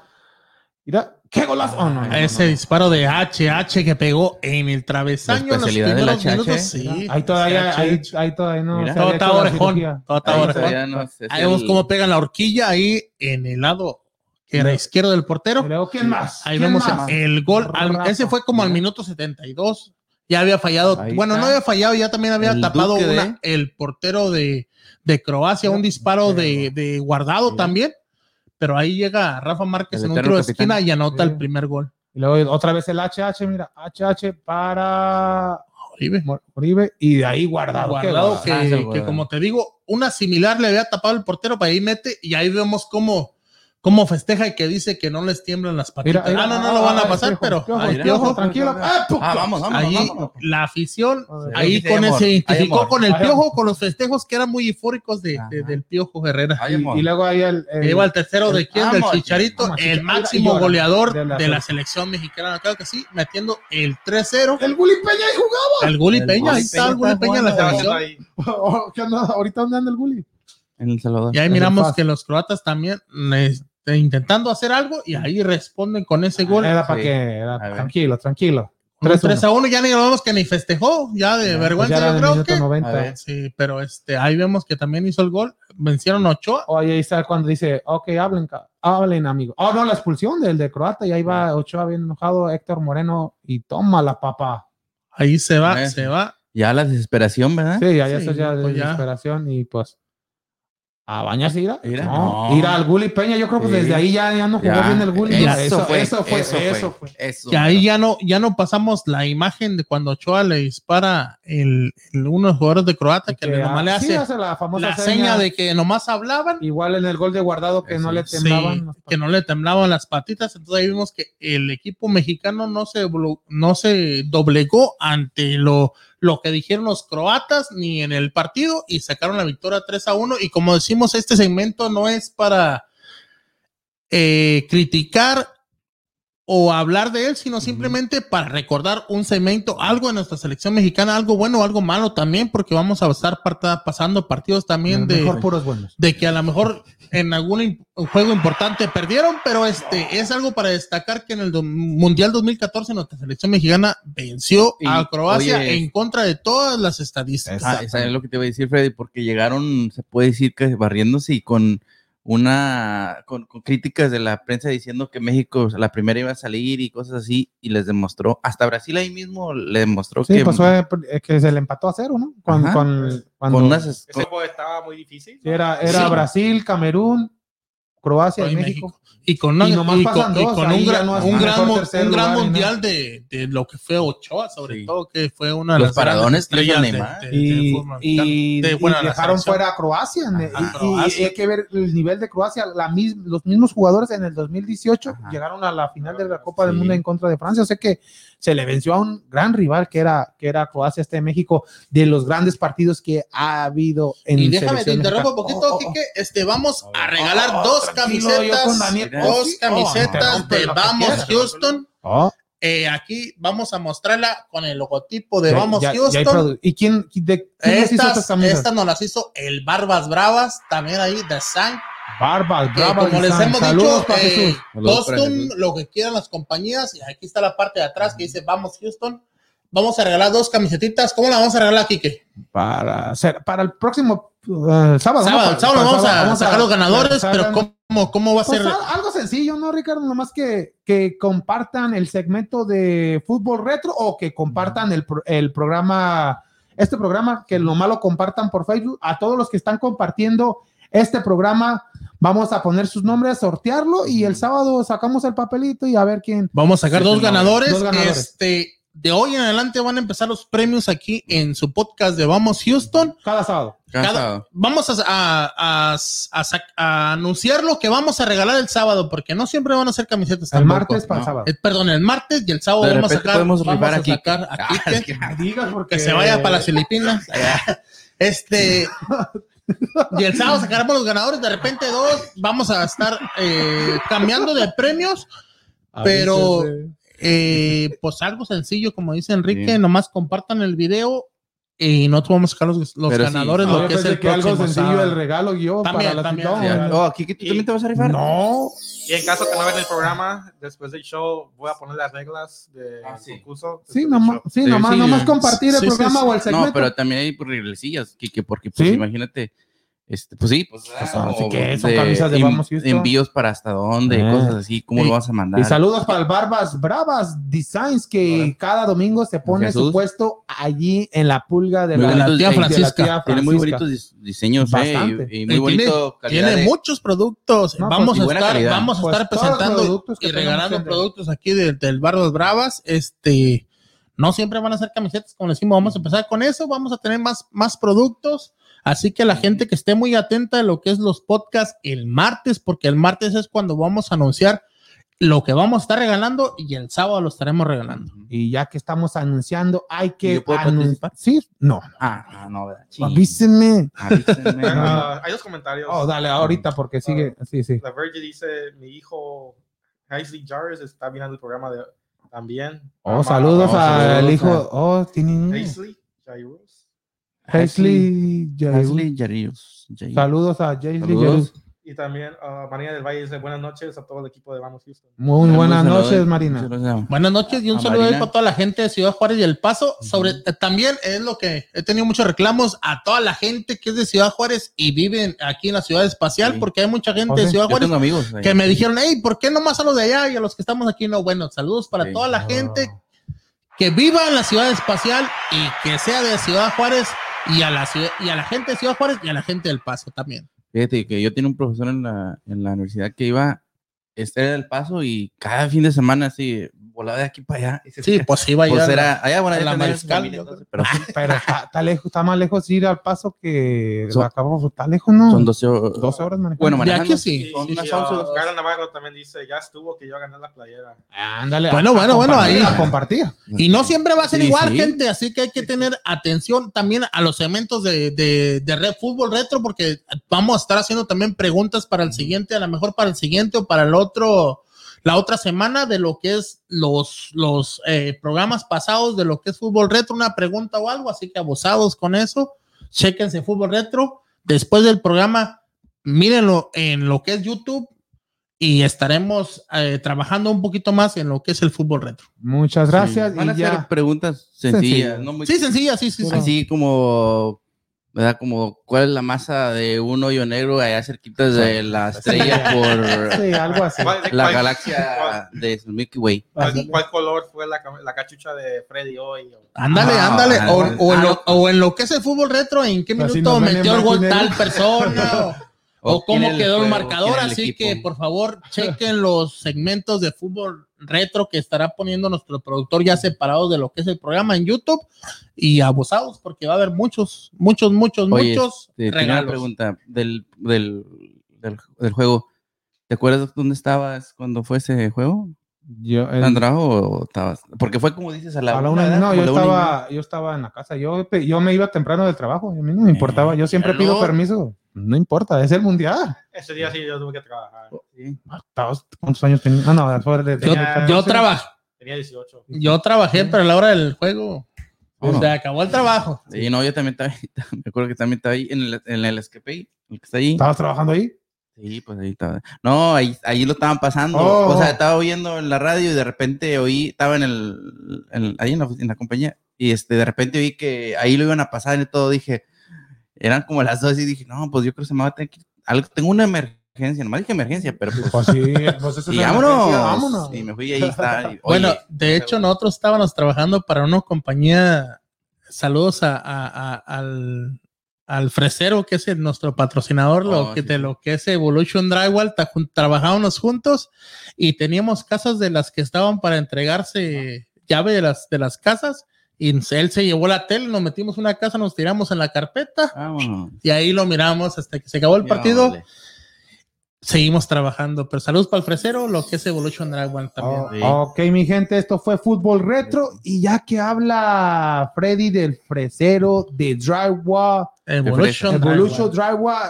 Mira, qué golazo. Oh, no, no, no, Ese no. disparo de HH que pegó en el travesaño en los especialidad del primeros HH, minutos, Mira, sí. ahí todavía, HH. ahí, ahí todavía no. Mira. se había Todo está hecho la orejón, cirugía. todo está Ahí orejón. todavía no sé si Ahí vemos el- cómo pegan la horquilla ahí en el lado que era Mira. izquierdo del portero. Y luego, ¿quién más? Ahí ¿Quién vemos más? el gol. Al- Rafa. ese fue como al minuto 72. Ya había fallado. Ahí bueno, no está. había fallado, ya también había El tapado Duque de- una, el portero de, de Croacia, un disparo de, de guardado Mira. también. Pero ahí llega Rafa Márquez El en un eterno tiro de capitán. esquina y anota Sí. el primer gol. Y luego otra vez el HH, mira, HH para Oribe. Mor- Oribe y de ahí guardado. Qué Guardado golazo. que, Ah, es el que guardado. como te digo, una similar le había tapado el portero para ahí mete y ahí vemos cómo, cómo festeja y que dice que no les tiemblan las patitas. Mira, mira, ah, no, no lo van ah, a pasar, este piojo, pero piojo, Ahí, piojo, piojo, tranquilo. Ah, pu- Ah, vamos, vamos. ahí vamos. la afición Joder. Creo Ahí que sí hay con él amor, se hay identificó amor. con el Hay piojo, con los festejos que eran muy eufóricos de, de- Ajá. del piojo Herrera. Hay amor. y luego ahí el, el- Que Lleva el tercero de quién, del Vamos, Chicharito, vamos, el Chicharito. máximo Llora. goleador De la- de la selección mexicana. Claro que sí, metiendo el 3-0. el Gulli Peña ahí jugaba. El Gulli El Peña, Gulli ahí está Peña el Gulli está Peña en la jugando. selección. Ahí. Oh, ¿qué onda? Ahorita dónde anda el Gulli. En El Salvador. Y ahí Es miramos fácil. que los croatas también este, intentando hacer algo y ahí responden con ese gol. Era para Sí. que era A ver. tranquilo, tranquilo. 3, 3-1. a 1 ya ni lo vemos que ni festejó, ya pues de vergüenza, Ya era yo el creo minuto que. 90. A ver. Sí, pero este, ahí vemos que también hizo el gol. Vencieron a Ochoa. Oye, Oh, ahí está cuando dice, ok, hablen, ca- hablen, amigo. Oh, no, la expulsión del de Croata. Y ahí va Ochoa bien enojado, Héctor Moreno. Y toma la papa. Ahí se va, Eh. se va. Ya la desesperación, ¿verdad? Sí, ya, ya ¿Eh? Sí, eso ya no, de pues ya. desesperación. Y pues, ¿a bañarse Ira? Ira, No, no. Ira al Gulli Peña. Yo creo que Sí. desde ahí ya, ya no jugó Ya, bien el Gulli. Eso, Ya, fue, eso fue, eso fue. eso. Que ahí ya no, ya no pasamos la imagen de cuando Ochoa le dispara el, el- uno de los jugadores de Croata que, Que, le nomás ah, le hace sí, hace la famosa la seña de que nomás hablaban. Igual en el gol de guardado que Eso no le es. sí, temblaban. las que no le temblaban las patitas, entonces ahí vimos que el equipo mexicano no se, blo- no se doblegó ante lo, lo que dijeron los croatas ni en el partido y sacaron la victoria 3 a 1 y como decimos este segmento no es para eh, criticar o hablar de él, sino simplemente para recordar un segmento, algo en nuestra selección mexicana, algo bueno o algo malo también, porque vamos a estar parta- pasando partidos también de, Mejor puros buenos. de que a lo mejor en algún im- juego importante perdieron, pero este es algo para destacar que en el do- Mundial 2014 nuestra selección mexicana venció Y, a Croacia oye, en contra de todas las estadísticas. Ah, esa es lo que te iba a decir, Freddy, porque llegaron, se puede decir que barriéndose y con una con, con críticas de la prensa diciendo que México o sea, la primera iba a salir y cosas así, y les demostró, hasta Brasil ahí mismo le demostró Sí, que pues fue eh, que se le empató a cero, ¿no? Con, Ajá. con- cuando- con unas- Ese juego estaba muy difícil. ¿no? Era, era Sí. Brasil, Camerún, Croacia y Y México. Y con, una- Y nomás y con- pasan y dos, con ahí un ya gran, no es un mejor gran, mu- tercer un gran lugar ni mundial de, de lo que fue Ochoa, sobre Sí. todo, que fue una de Los las grandes paradones que hizo estrellas de- Neymar. de- de Y, fútbol mexicano. y, de- y bueno, la dejaron selección. fuera a Croacia. ne- Ajá, y, y- Croacia. y hay que ver el nivel de Croacia. La mis- los mismos jugadores en el 2018 Ajá. llegaron a la final de la Copa del Sí. Mundo en contra de Francia. O sea que se le venció a un gran rival que era, que era Croacia, este de México, de los grandes partidos que ha habido en Y déjame, te selección interrumpo un mexicana. poquito, Oh, oh, oh. Kike. Este, vamos a regalar oh, dos tranquilo, camisetas. yo con Daniel. Oh, Dos sí. Oh, camisetas interrumpe de lo que Vamos quieras. Houston. Oh, Eh, aquí vamos a mostrarla con el logotipo de ya- Vamos ya- ya hay Houston. produ- ¿Y quién, de, quién les hizo estas Estas, camisas? estas nos las hizo el Barbas Bravas, también ahí de San. Barbas, que bravas, como les San. hemos Saludos dicho, para eh, Jesús. Saludos para Custom, Jesús. lo que quieran las compañías. Y aquí está la parte de atrás que dice Vamos Houston. Vamos a regalar dos camisetitas. ¿Cómo la vamos a regalar, Kike? para, hacer- para el próximo eh, sábado. Sábado, ¿no? el sábado Para- vamos, sábado, a sacar los ganadores, sacar- pero ¿cómo, cómo va a Pues, ser? al- algo sencillo, ¿no, Ricardo? Nomás que, que compartan el segmento de fútbol retro o que compartan el, pro- el programa, este programa, que nomás lo compartan por Facebook. A todos los que están compartiendo este programa, vamos a poner sus nombres, sortearlo y el sábado sacamos el papelito y a ver quién. Vamos a sacar Sí, dos, sí, no, ganadores. dos ganadores. Este, de hoy en adelante van a empezar los premios aquí en su podcast de Vamos Houston. Cada sábado. Casado. Vamos a, a- a- a sac- a anunciar lo que vamos a regalar el sábado, porque no siempre van a ser camisetas El tampoco. martes para el no. sábado. Eh, perdón, el martes y el sábado De vamos a repente sacar, podemos vamos rifar a aquí. sacar a Ah, Quique, es que- Digas porque que se vaya para las Filipinas. Este. Y el sábado sacaremos los ganadores, de repente dos, vamos a estar eh, cambiando de premios, pero eh, pues algo sencillo, como dice Enrique, Sí. nomás compartan el video y nosotros vamos a sacar los, los Pero sí. ganadores, Ah, No, lo yo que es pensé el que algo próximo sencillo sábado. el regalo yo También, para la también. no, Ya. no, Oh, aquí que tú también te vas a rifar. no. Y en caso que no vean el programa, después del show, voy a poner las reglas del Ah, sí. concurso. Sí, después del nomás, show. sí, Sí, nomás, sí. nomás compartir el Sí, sí, programa sí. o el segmento. No, pero también hay por reglesillas, Kike, porque pues, ¿Sí? imagínate, este, pues sí, pues, ah, así o que son camisas de en- Vamos Houston. envíos para hasta dónde, Ah. cosas así, cómo Y- lo vas a mandar. Y saludos para el Barbas Bravas Designs que cada domingo se pone Jesús. su puesto allí en la pulga de Muy la, bonitos de la diseños. tía Tiene muy Francisca. bonitos dis- diseños, eh, Bastante. y, y Y muy bonito calidad Tiene de- muchos productos. No, pues, vamos, y a buena estar, calidad. vamos a Pues estar todos los presentando productos que y tenemos regalando en- productos aquí del, del Bar Los Bravas. Este, no siempre van a ser camisetas, como decimos, vamos a empezar con eso, vamos a tener más, más productos. Así que la gente que esté muy atenta a lo que es los podcasts el martes, porque el martes es cuando vamos a anunciar lo que vamos a estar regalando y el sábado lo estaremos regalando. Y ya que estamos anunciando, hay que ¿Yo puedo anun- participar? Sí, no. Ah, ah, no, ¿verdad? Sí. Avísenme. Avísenme. Ah, hay dos comentarios. Oh, dale ahorita porque sigue. Sí, sí. La Verge dice, mi hijo Heisley Jarvis está mirando el programa de, también. Oh, saludos oh, al saludos hijo. a- Oh, tiene Heisley Jairus. Hazley. Ashley Yarrius. Yarrius. Saludos a Jaisley. Saludos. Y también ah, Marina del Valle dice buenas noches a todo el equipo de Vamos Houston. Muy buenas Saludos, noches, saludos. Marina. Saludos. Buenas noches y un A saludo ahí Marina. para toda la gente de Ciudad Juárez y El Paso. Sobre eh, también es lo que he tenido muchos reclamos a toda la gente que es de Ciudad Juárez y viven aquí en la ciudad espacial, Sí. porque hay mucha gente Oh, de sí. Ciudad Yo Juárez tengo amigos. eh. ahí. que me dijeron, hey, ¿por qué nomás a los de allá y a los que estamos aquí? No, bueno, saludos para Sí. toda la gente que viva en la ciudad espacial y que sea de Ciudad Juárez y a la ciudad, y a la gente de Ciudad Juárez y a la gente del Paso también. Fíjate que yo tenía un profesor en la, en la universidad que iba, este era el paso y cada fin de semana así volaba de aquí para allá. Y se- Sí, pues iba a ir pues a la- era, allá bueno, a allá la tenían Mariscal, Ah. camionetas, yo pero Pero está, está lejos, está más lejos ir al paso que Son- la Cabo, Está lejos, ¿no? son 12 horas. 12 horas, manejando. Bueno, De manejando. aquí sí. Y, Son y, unas y, once, ah, doce. Carla Navarro también dice, ya estuvo que yo gané la playera. Ándale. Bueno, a- bueno, a bueno, compartir, ahí. a compartir. Y no siempre va a ser Sí, igual, sí. gente, así que hay que tener atención también a los segmentos de, de, de Red Fútbol Retro, porque vamos a estar haciendo también preguntas para el siguiente, a lo mejor para el siguiente o para el otro, la otra semana de lo que es los, los eh, programas pasados de lo que es Fútbol Retro, una pregunta o algo, así que abusados con eso, chéquense Fútbol Retro, después del programa, mírenlo en lo que es YouTube y estaremos eh, trabajando un poquito más en lo que es el Fútbol Retro. Muchas gracias. Van y a ya. hacer preguntas sencillas, Sencillas. no muy Sí, sencilla, sí, sí. sí. Así como, ¿verdad? Como, ¿cuál es la masa de un hoyo negro allá cerquita de la estrella por Sí, algo así. ¿Cuál- de- la cuál- galaxia Ah, de Milky Way? ¿Cuál, cuál color fue la, cam- la cachucha de Freddy hoy? Ándale, Ah, ándale. ándale. O, o en lo, o en lo que es el fútbol retro, en qué Pero si minuto nos ven metió en el gol blanco y tal persona o, o quién cómo el quedó el juego, marcador. quién el Así equipo. que por favor, chequen los segmentos de fútbol retro que estará poniendo nuestro productor ya separados de lo que es el programa en YouTube y abusados, porque va a haber muchos, muchos, muchos, Oye, muchos Te tengo Este, una regalos. pregunta del, del, del, del juego. ¿Te acuerdas dónde estabas cuando fue ese juego? Yo, el- ¿Andrajo o estabas? Porque fue como dices a la, a la una, una- ¿verdad? no, Como yo la una y media. estaba, yo estaba en la casa. Yo, pe- yo me iba temprano del trabajo. A mí no me importaba. Yo siempre pido no. permiso. No importa, es el mundial. Ese día sí yo tuve que trabajar. Sí. Estabas- ¿Cuántos años tenía? Ah, no, fue de- Yo, Tenía- yo trabajé, Tenía 18. yo trabajé, pero a la hora del juego Oh, se acabó el trabajo. Sí, no, yo también estaba ahí. Me acuerdo que también estaba ahí en el, en el escape, el que está ahí. ¿Estabas trabajando ahí? Sí, pues ahí estaba. No, ahí, ahí lo estaban pasando. Oh. O sea, estaba oyendo en la radio y de repente oí, estaba en el, en- ahí en la, en la compañía, y este, de repente vi que ahí lo iban a pasar y todo, dije, eran como las dos y dije, no, pues yo creo que se me va a tener que, algo, tengo una emergencia, nomás dije emergencia, pero pues, Pues sí, pues eso y una vámonos. emergencia, vámonos. Y me fui y ahí está. y, Bueno, oye, de hecho, nosotros estábamos trabajando para una compañía. Saludos a, a- a- al, al Fresero, que es el- nuestro patrocinador, lo Oh, que, sí, de sí. lo que es Evolution Drywall. ta- jun- Trabajábamos juntos y teníamos casas de las que estaban para entregarse llave de las, de las casas. Y él se llevó la tele, nos metimos una casa, nos tiramos en la carpeta vámonos. y ahí lo miramos hasta que se acabó el partido. Ya, Seguimos trabajando, pero saludos para el Fresero, lo que es Evolution Drywall también. Oh, ok, mi gente, esto fue Fútbol Retro. Y ya que habla Freddy del fresero de Drywall, Evolution, Evolution Drywall. Drywall,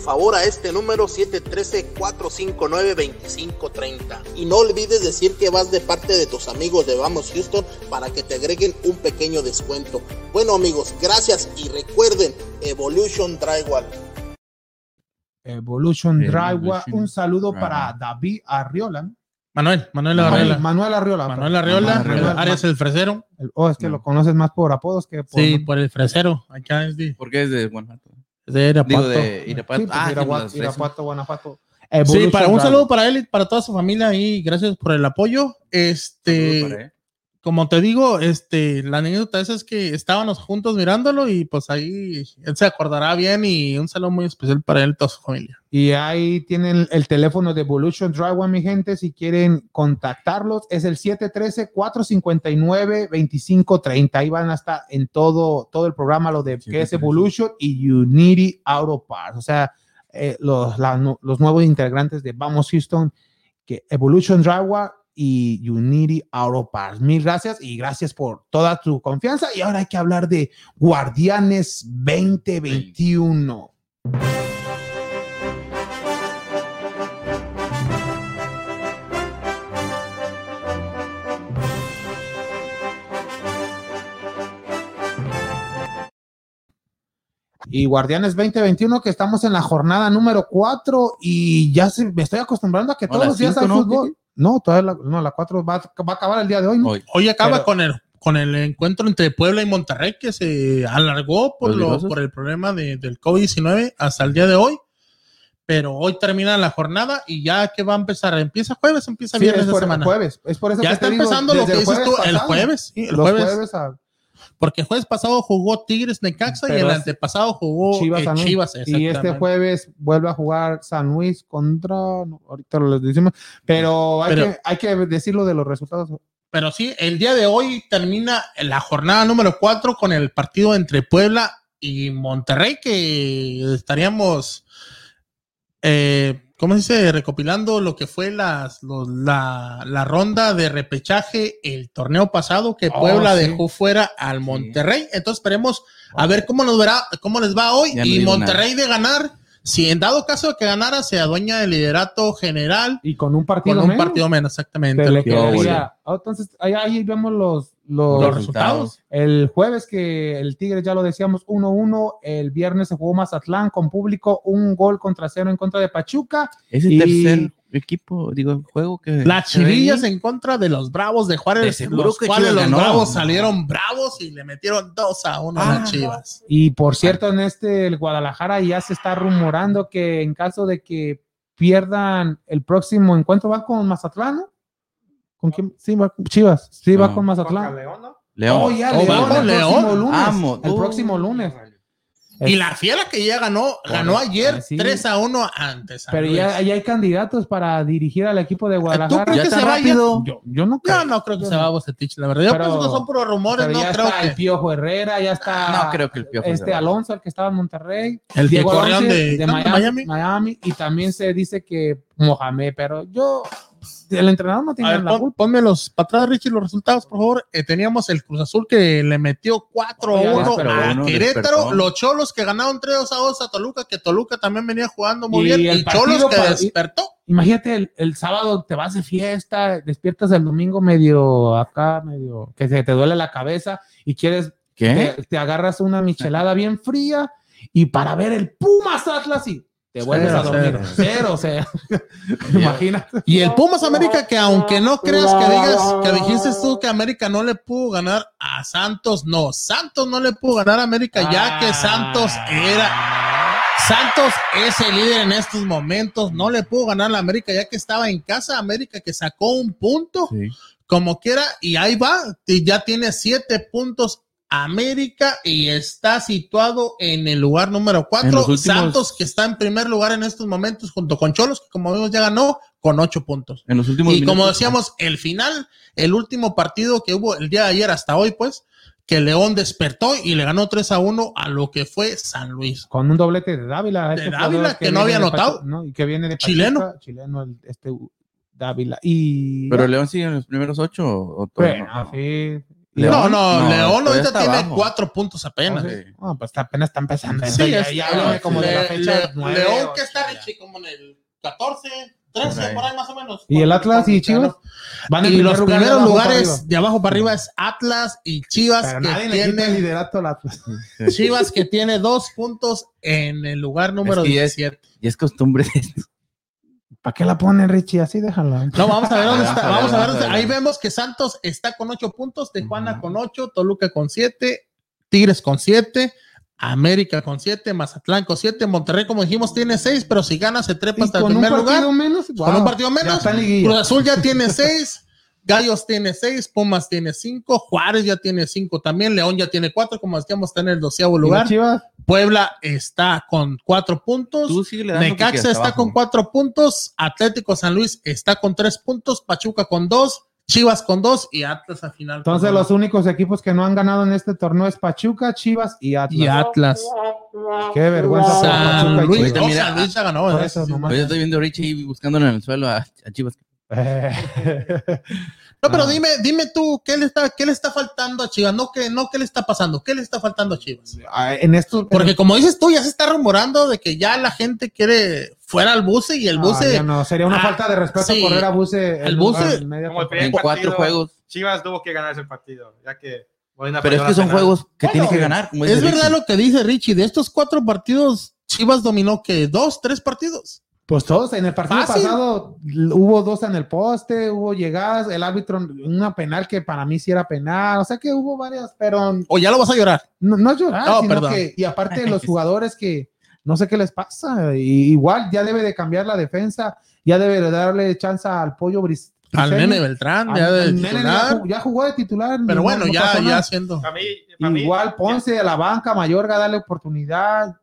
favor a este número 713-459-2530. Y no olvides decir que vas de parte de tus amigos de Vamos Houston para que te agreguen un pequeño descuento. Bueno amigos, gracias y recuerden, Evolution Drywall. Evolution Drywall. Evolution Un saludo Drywall. para David Arriola. ¿no? Manuel, Manuel Manuel, Arreola. Manuel Arriola. Manuel Arreola, Ah, Manuel Arriola. el Arias el fresero. El- Oh, es que Mm. lo conoces más por apodos que por. Sí, por el fresero. Acá es de, Porque es de Guanajuato. de Irapuato. Digo, de Sí, Irapuato. pues, Ah, sí, Irapuato, las tres. Irapuato, Sí, Guanajuato. Evolution para un Drywall. saludo para él y para toda su familia y gracias por el apoyo. Este, Saludos para él. como te digo, este, la anécdota esa es que estábamos juntos mirándolo y pues ahí él se acordará bien y un saludo muy especial para él y toda su familia. Y ahí tienen el teléfono de Evolution Drywall, mi gente, si quieren contactarlos, es el 713-459-2530. Ahí van a estar en todo, todo el programa, lo de que es 713. Evolution y Unity Auto Parts. O sea, eh, los, la nu- los nuevos integrantes de Vamos Houston, que Evolution Dragua y Unity Auto Parts. Mil gracias y gracias por toda tu confianza. Y ahora hay que hablar de Guardianes 2021. Y Guardianes 2021, que estamos en la jornada número 4 y ya se- me estoy acostumbrando a que No, todos la los días cinco, hay ¿no? fútbol. No, todavía la, no, la 4 va, va a acabar el día de hoy. ¿no? Hoy. Hoy acaba Pero- con el con el encuentro entre Puebla y Monterrey que se alargó por, ¿Los lo- virosos? por el problema de- del COVID-19 hasta el día de hoy. Pero hoy termina la jornada y ya que va a empezar, empieza jueves, empieza Este Sí, viernes es de por semana. el jueves. Es por eso ya que está te digo, empezando lo desde que dices tú el pasado, jueves, sí, el los jueves, jueves a- porque el jueves pasado jugó Tigres Necaxa y Pero el es- antepasado jugó eh, Chivas, Chivas. San Luis. y este exactamente. jueves vuelve a jugar San Luis contra. no, ahorita lo decimos. Pero hay, Pero- que, hay que decirlo de los resultados. Pero sí, el día de hoy termina la jornada número 4 con el partido entre Puebla y Monterrey, que estaríamos, eh, ¿cómo se dice? Recopilando lo que fue las, los- la, la ronda de repechaje el torneo pasado, que Oh, Puebla sí. dejó fuera al Monterrey. Entonces esperemos a ver cómo nos verá, cómo les va hoy. Ya no y digo Monterrey de ganar, si en dado caso de que ganara, se adueña del liderato general Y con un partido. con un menos, partido menos, exactamente. se lo le que- Yo, quedaría- güey. Ah, entonces, ahí, ahí vemos los, los, los resultados. El jueves que el Tigre ya lo decíamos 1-1. El viernes se jugó Mazatlán con público. Un gol contra cero en contra de Pachuca. Es el Y- tercer equipo, digo, juego que. Las que venía. chivillas en contra de los bravos de De Juárez, seguro los que cuales Chivas los ganó. bravos salieron bravos y le metieron dos a uno a Ah. las chivas. Y por cierto, en este, el Guadalajara ya se está rumorando que en caso de que pierdan el próximo encuentro, ¿va con Mazatlán? no? ¿Con quién? Sí, va con Chivas. Sí, va No. con Contra Mazatlán. León, ¿no? León. Oh, ya, Ah. Oh, va León, con el León. Ah, próximo lunes. Vamos. El Uh. próximo lunes. Y la fiera que ya ganó, ganó ayer así. 3 a 1 antes. Pero ya, ya hay candidatos para dirigir al equipo de pues. ¿Tú Guadalajara. crees Ya que tan se vaya? rápido. Yo, yo no creo. Yo no creo que se vaya a Bocetich, la verdad. Yo Pero- pienso que son puros rumores, Pero no ya creo está el que Piojo Herrera, ya está No creo que el piojo. se este vaya. Alonso, el que estaba en Monterrey. el que Diego corrieron Alonso de, de ¿no? Miami, Miami. Miami, y también se dice que Mohamed, pero yo el entrenador no A tiene ver, la culpa. pon- ponmelos para atrás, Richie, los resultados, por favor. Eh, teníamos el Cruz Azul que le metió 4 Oye, a 1 pero a bueno, Querétaro. despertó. Los Cholos que ganaron 3 a 2 a Toluca, que Toluca también venía jugando muy Y bien. el Y Cholos partido que para- despertó. Imagínate el, el sábado te vas de fiesta, despiertas el domingo medio acá, medio que se te duele la cabeza y quieres ¿Qué? te, te agarras una michelada bien fría y para ver el Pumas Atlas y te vuelves Cero, a dormir. Cero, o sea, imagínate. Y el Pumas América, que aunque no creas que digas que dijiste tú que América no le pudo ganar a Santos, no, Santos no le pudo ganar a América, ya Ah. que Santos era. Santos es el líder en estos momentos, no le pudo ganar a la América, ya que estaba en casa. América que sacó un punto. Sí. como quiera, y ahí va, y ya tiene siete puntos América y está situado en el lugar número En cuatro. los últimos- Santos, que está en primer lugar en estos momentos, junto con Cholos, que como vimos ya ganó con ocho puntos. En los últimos Y como minutos- decíamos, el final, el último partido que hubo el día de ayer hasta hoy, pues, que León despertó y le ganó 3 a 1 a lo que fue San Luis. Con un doblete de Dávila. De este Dávila, jugador que no viene había de Pachuca, anotado. ¿no? Y que viene de Pachuca, Chileno. Chileno, el- este uh, Dávila. Y. Pero León sigue en los primeros ocho o o todavía Bueno, ah, no? sí. León, no, no, no, León todavía ahorita está tiene abajo. cuatro puntos apenas. Sí. Ah, pues apenas está empezando. Sí, ya, es- ya háblame eh, como de la Le- fecha. Le- nueve, León ocho, que está ya. Richie como en el 14, 13, Por ahí. por ahí más o menos. ¿Y el Atlas y Chivas? Van en Y primer los lugar de primeros abajo para lugares arriba. de abajo para arriba es Atlas y Chivas Pero que nadie le quita el tiene liderato al Atlas. Chivas que tiene dos puntos en el lugar número Es que ya es- 17. Y es costumbre de esto. ¿Para qué la ponen, Richie? Así déjala. No, vamos a ver dónde Vamos está. a ver, Vamos a ver vamos a dónde- ver. Ahí vemos que Santos está con ocho puntos, Tijuana con ocho, Toluca con siete, Tigres con siete, América con siete, Mazatlán con siete, Monterrey, como dijimos, tiene seis, pero si gana se trepa Pues, hasta el primer lugar. menos. Con wow, un partido Ya menos. está en liguilla. Cruz Azul ya tiene seis, Gallos tiene seis, Pumas tiene cinco, Juárez ya tiene cinco también, León ya tiene cuatro, como decíamos, está en el doceavo ¿Y lugar. las Chivas? Puebla está con cuatro Pues, puntos. Tú sigue le dando que quieras Necaxa está abajo. con cuatro puntos, Atlético San Luis está con tres puntos, Pachuca con dos, Chivas con dos y Atlas al final. con Entonces, uno. los únicos equipos que no han ganado en este torneo es Pachuca, Chivas y Atlas. Y Atlas. Qué vergüenza. por Pachuca San y Luis, Chivas. no, mira, San Luis ya ganó. ¿eh? Por ¿verdad? eso Sí, nomás. Pues yo estoy viendo a Richie ahí buscándole en el suelo a, a Chivas. No, pero Ah. dime, dime tú, ¿qué le está, qué le está faltando a Chivas? No, que, no, ¿qué le está pasando? ¿Qué le está faltando a Chivas? Ah, en esto. Porque como dices tú, ya se está rumorando de que ya la gente quiere fuera al buce y el Ah, buce, ya no, sería una Ah, falta de respeto sí. correr a Buse. El Buse- Como el En primer cuatro partido, juegos. Chivas tuvo que ganar ese partido, ya que. Molina Pero es falló que la son penal. juegos que Bueno, tienes que ganar. como Es dice verdad Richie. lo que dice Richie, de estos cuatro partidos, Chivas dominó que dos, tres partidos. Pues todos, en el partido Fácil. pasado l- hubo dos en el poste, hubo llegadas, el árbitro, una penal que para mí sí era penal, o sea que hubo varias, pero O ya lo vas a llorar. no, no es llorar, No, sino perdón. que, y aparte los jugadores que no sé qué les pasa, y- igual ya debe de cambiar la defensa, ya debe de darle chance al pollo Bris. Al Briseño. nene Beltrán, Al- ya de al nene ya, titular. jugó, ya jugó de titular. Pero no- bueno, no ya, pasó ya nada. haciendo. Para mí, para mí- Igual Ponce a la banca, Mayorga, darle oportunidad.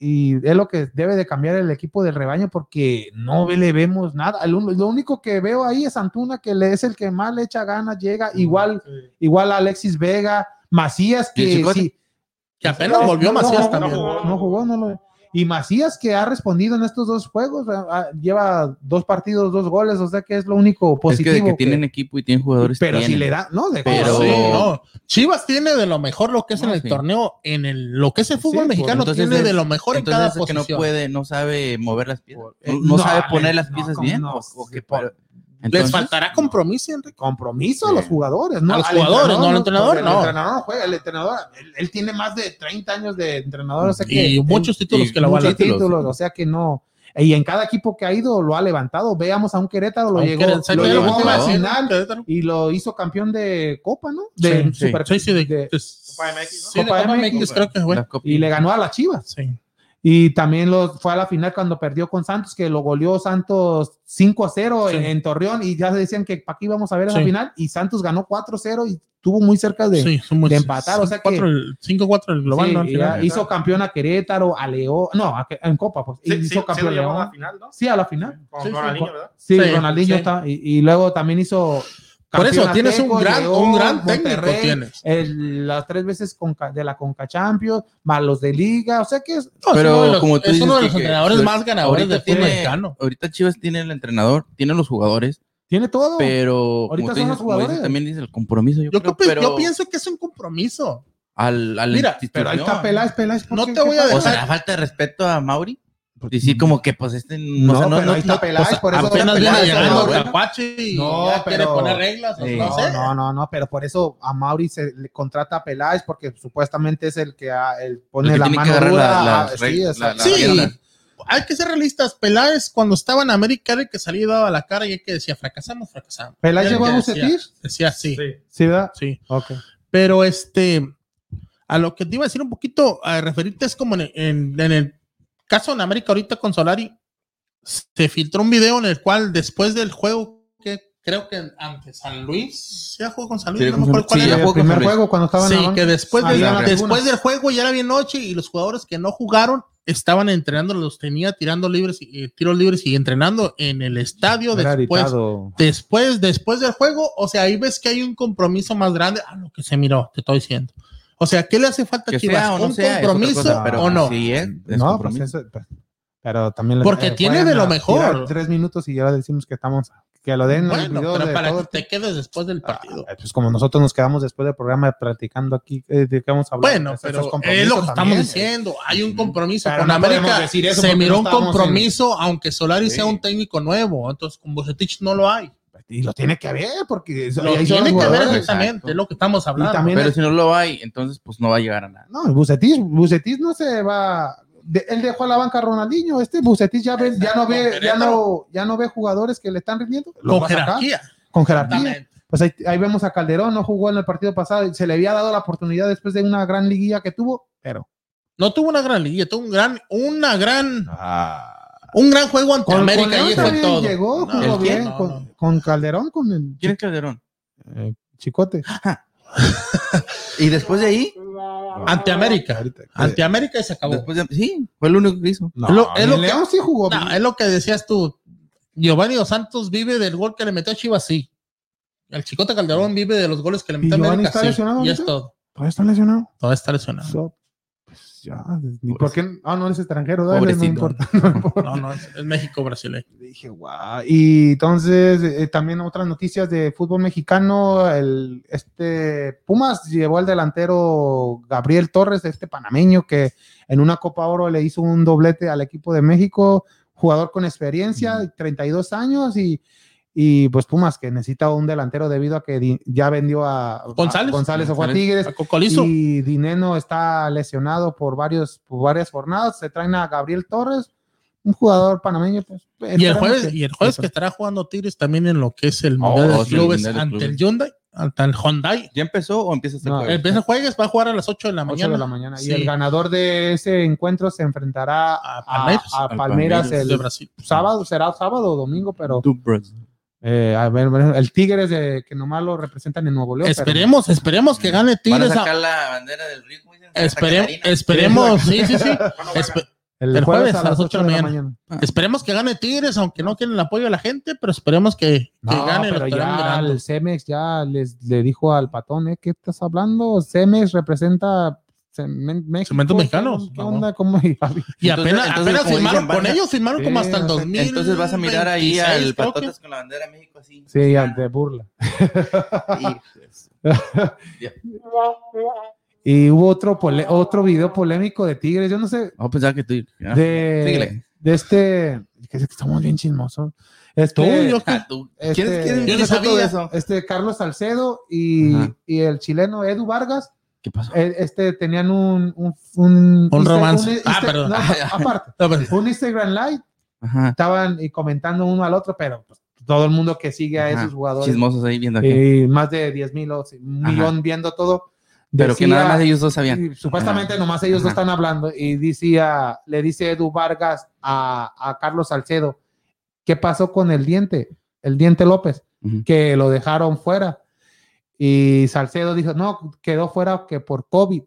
Y es lo que debe de cambiar el equipo del rebaño porque no ve- le vemos nada. El un- lo único que veo ahí es Antuna, que le, es el que más le echa ganas, llega. Igual, Sí. igual Alexis Vega, Macías, ¿Y el que Chicote? sí, Que apenas no, volvió no, Macías no, también. No jugó, no jugó, no lo- Y Macías que ha respondido en estos dos juegos, a- a- lleva dos partidos, dos goles, o sea que es lo Es único que, positivo. de que que- tienen equipo y tienen jugadores. pero si tienen. le da, no, de Pero- Sí, no. Chivas tiene de lo mejor lo que es No, en el sí. torneo, en el, lo que es el fútbol pues, mexicano, entonces tiene es- de lo mejor en Entonces cada es que no posición. puede, no sabe mover las piezas. Eh, No, no, sabe ah, Ale, poner las no, piezas ¿cómo bien. no? o- o qué Sí, por- pero- Les entonces- faltará compromiso, Enrique. compromiso Sí. a los jugadores, ¿no? A los Al jugadores, no al entrenador, porque no. El entrenador no juega, el entrenador, él, él tiene más de 30 años de entrenador, o sea que. Y muchos títulos y que la muchos van a títulos, o sea que no. Y en cada equipo que ha ido lo ha levantado. Veamos a un Querétaro, lo llegó, lo Querétaro, llevó a una Querétaro. final y lo hizo campeón de Copa, ¿no? De Sí, sí. Super- Sí, sí, de, de- de- Copa MX, ¿no? sí, de Copa Copa MX, MX, creo que fue. las copias. y le ganó a las Chivas. Sí. Y también los, fue a la final cuando perdió con Santos, que lo goleó Santos 5 a 0 en, Sí. en Torreón. Y ya se decían que para aquí vamos a ver esa Sí. final. Y Santos ganó 4 a 0 y estuvo muy cerca de, Sí, son muy- de empatar, o sea que- 5-4 el- 5-4 el global, Sí, ¿no? Al y final. ya hizo campeón a Querétaro, a León, no, a que- en Copa, pues. Sí, hizo sí, sí campeón lo a llevó a León. la final, ¿no? Sí, a la final. Con Sí, sí, Ronaldinho, con- ¿verdad? Sí, Sí, Ronaldinho sí. está. Y, y luego también hizo. Por eso campeón tienes un Azteco, gran, León, un gran técnico. Monterrey, Tienes. el- las tres veces conca- de la Conca Champions, más los de Liga, o sea que es. No, es Pero uno de los- como tú es uno dices de los que- entrenadores que más ganadores del Ahorita, fútbol tiene, mexicano. ahorita Chivas tiene el entrenador, tiene los jugadores, Tiene todo. pero como Ahorita tú son dices, los como dices, jugadores. también dice el compromiso. Yo, Yo, creo, creo que- pero yo pienso que es un compromiso. al, al Mira, pero ahí está Peláez, Peláez. ¿por No qué? te ¿Qué voy a pasa? O dejar- sea, la falta de respeto a Mauri. Mm. Decir como que pues este no, No, o sea, no, pero no- ahí está no- Peláez, o sea, por eso- apenas Apenas viene Peláez, llegando ¿no? el Apache y No, ya quiere pero- poner reglas. Sí. No, No, sé. no, no, no, pero por eso a Mauri se le contrata a Peláez porque supuestamente es el que ah, él pone El que la tiene que mano agarrar dura. la- la ah, sí, regla, exacto. la- la- Sí, regla. hay que ser realistas. Peláez, cuando estaba en América, era el que salía y daba la cara y el que decía, fracasamos, fracasamos. ¿Peláez Era el llegó a que decía- Bucetir? Decía, sí, Sí. Sí, ¿verdad? sí. Ok. Pero este, a lo que te iba a decir un poquito, a referirte es como en, en- en el caso en América ahorita con Solari, se filtró un video en el cual después del juego que creo que ante San Luis, ¿se jugó con San Luis? Sí, no con me acuerdo San- cuál sí, Sí, ya era. el jugó con primer San Luis. juego cuando estaba en la Sí, banca. que después, Ah, del- ya, después del juego ya era bien noche y los jugadores que no jugaron estaban entrenando, los tenía tirando libres, y- eh, tiros libres y entrenando en el estadio Era después editado. después, después del juego, o sea, ahí ves que hay un compromiso más grande a lo que se miró, te estoy diciendo. O sea, ¿qué le hace falta que a sea Chivas? o no ¿Un sea, es otra compromiso cosa, pero o no? sí, es- es No, pues compromiso. eso, pues, pero también les- Porque tiene juegan de lo a mejor. tirar Tres minutos y ya decimos que estamos que lo den. el Bueno, video pero de para todo que el- te quedes después del partido. Ah, pues como nosotros nos quedamos después del programa practicando aquí eh, de qué vamos a hablar. Bueno, Esos pero es compromisos lo que estamos también. eh. diciendo. Hay un compromiso Pero con no podemos América. decir eso se porque miró no un estamos en- compromiso, aunque Solari Sí. sea un técnico nuevo. Entonces, con Bucetich no lo hay. Y lo tiene que haber porque Lo ahí son los tiene que ver jugadores. exactamente, exacto. es lo que estamos hablando. también- Pero si no lo hay, entonces pues no va a llegar a nada. No, Bucetis, Bucetis no se va. de- él dejó a la banca a Ronaldinho. Este Bucetis ya, ve, ya no ve, ya no, ya no ve jugadores que le están rindiendo. Lo con va a sacar. jerarquía. Con jerarquía. Exactamente. Pues ahí, ahí vemos a Calderón, no jugó en el partido pasado. y Se le había dado la oportunidad después de una gran liguilla que tuvo, pero No tuvo una gran liga, tuvo un gran, una gran ah, Un gran juego ante con, América con León y fue también todo. llegó, No, jugó ¿el bien. quién? No, con, no. con Calderón, con el ¿Quién es Calderón? eh, chicote. Y después de ahí, Ante América. Ahorita, eh, Ante América y se acabó. después de- sí, fue lo único que hizo. no, es lo- es en lo que- León sí jugó. No, eh. bien. es lo que decías tú. Giovanni Dos Santos vive del gol que le metió a Chivas, sí. El Chicote Calderón vive de los goles que le metió a ¿Y Giovanni América. está sí. lesionado y es ahorita? todo. Todavía está lesionado. Todo está lesionado. So, pues ya. ¿Y por qué? Ah, no, es extranjero. Dale, no Pobrecito. importa. No, no, es, es México eh. brasileño. Dije, guau. Y entonces, eh, también otras noticias de fútbol mexicano. El, este Pumas llevó al delantero Gabriel Torres, este panameño, que en una Copa Oro le hizo un doblete al equipo de México. Jugador con experiencia, 32 años y. Y pues Pumas, que necesita un delantero debido a que di- ya vendió a a González. González se fue a González. Tigres. A Cocolizo. Y Dineno está lesionado por varios por varias jornadas. Se traen a Gabriel Torres, un jugador panameño. pues, Y el esperemos jueves, que- y el jueves que estará jugando Tigres también en lo que es el Mundial Oh, de sí, Clubes Mundial de ante el Clubes. Hyundai, ante el Hyundai. ¿Ya empezó o empieza este No, eh, jueves? Empieza el jueves, va a jugar a las 8 de la ocho mañana. de la mañana. Sí. Y el ganador de ese encuentro se enfrentará A a, Palmeiras. a Al Palmeiras Palmeiras de el Brasil. sábado. Será sábado o domingo, pero Tú, bros. eh, a ver, bueno, el Tigres de, que nomás lo representan en Nuevo León. pero- Esperemos, esperemos que gane Van a Tigres. a- sacar la bandera del Río. güey, de Santa esperemos, eh, Catarina. esperemos, sí, sí, sí. Espe- el, el jueves a las 8 de mañana. la mañana. Esperemos que gane Tigres, aunque no quieren el apoyo de la gente, pero esperemos que, que No, gane. lo pero estarán ya mirando. el Cemex ya les, le dijo al patón, ¿eh? ¿qué estás hablando? Cemex representa cemen- México. Cementos mexicanos, ah, ¿Qué, no. onda? ¿Cómo? Y Entonces- apenas, entonces, apenas como firmaron dicen, con van a- ellos, firmaron como Sí, hasta el o sea, 2000. Entonces vas a mirar ahí al Patotas con la bandera de México así. sí, al de burla. Hijo de su- Y hubo otro, pole- otro video polémico de Tigres, yo no pues sé, No, pensaba que tú. Ah, ya. de, síguele. de este, que es que estamos bien chismosos. Tú, Este, yo que- Ah, tú. este- ¿Quieres- quieres- Yo ni quieres saber todo sabía. eso? este Carlos Salcedo y, Ajá. y el chileno Edu Vargas, ¿Qué pasó? eh, este, tenían un... Un, un, Un romance. un- Ah, perdón. no, aparte, No, pues, un Instagram Live Ajá. estaban y comentando uno al otro, pero pues, todo el mundo que sigue a Ajá, esos jugadores, Chismosos ahí viendo aquí. eh, más de 10 mil o sí, un Ajá. millón viendo todo. Pero que decía- nada más ellos dos sabían. y supuestamente Ajá. nomás ellos dos Ajá. están hablando y decía, le dice Edu Vargas a, a Carlos Salcedo, ¿qué pasó con el diente? El diente López, Ujú. que lo dejaron fuera. Y Salcedo dijo, no, quedó fuera que por COVID.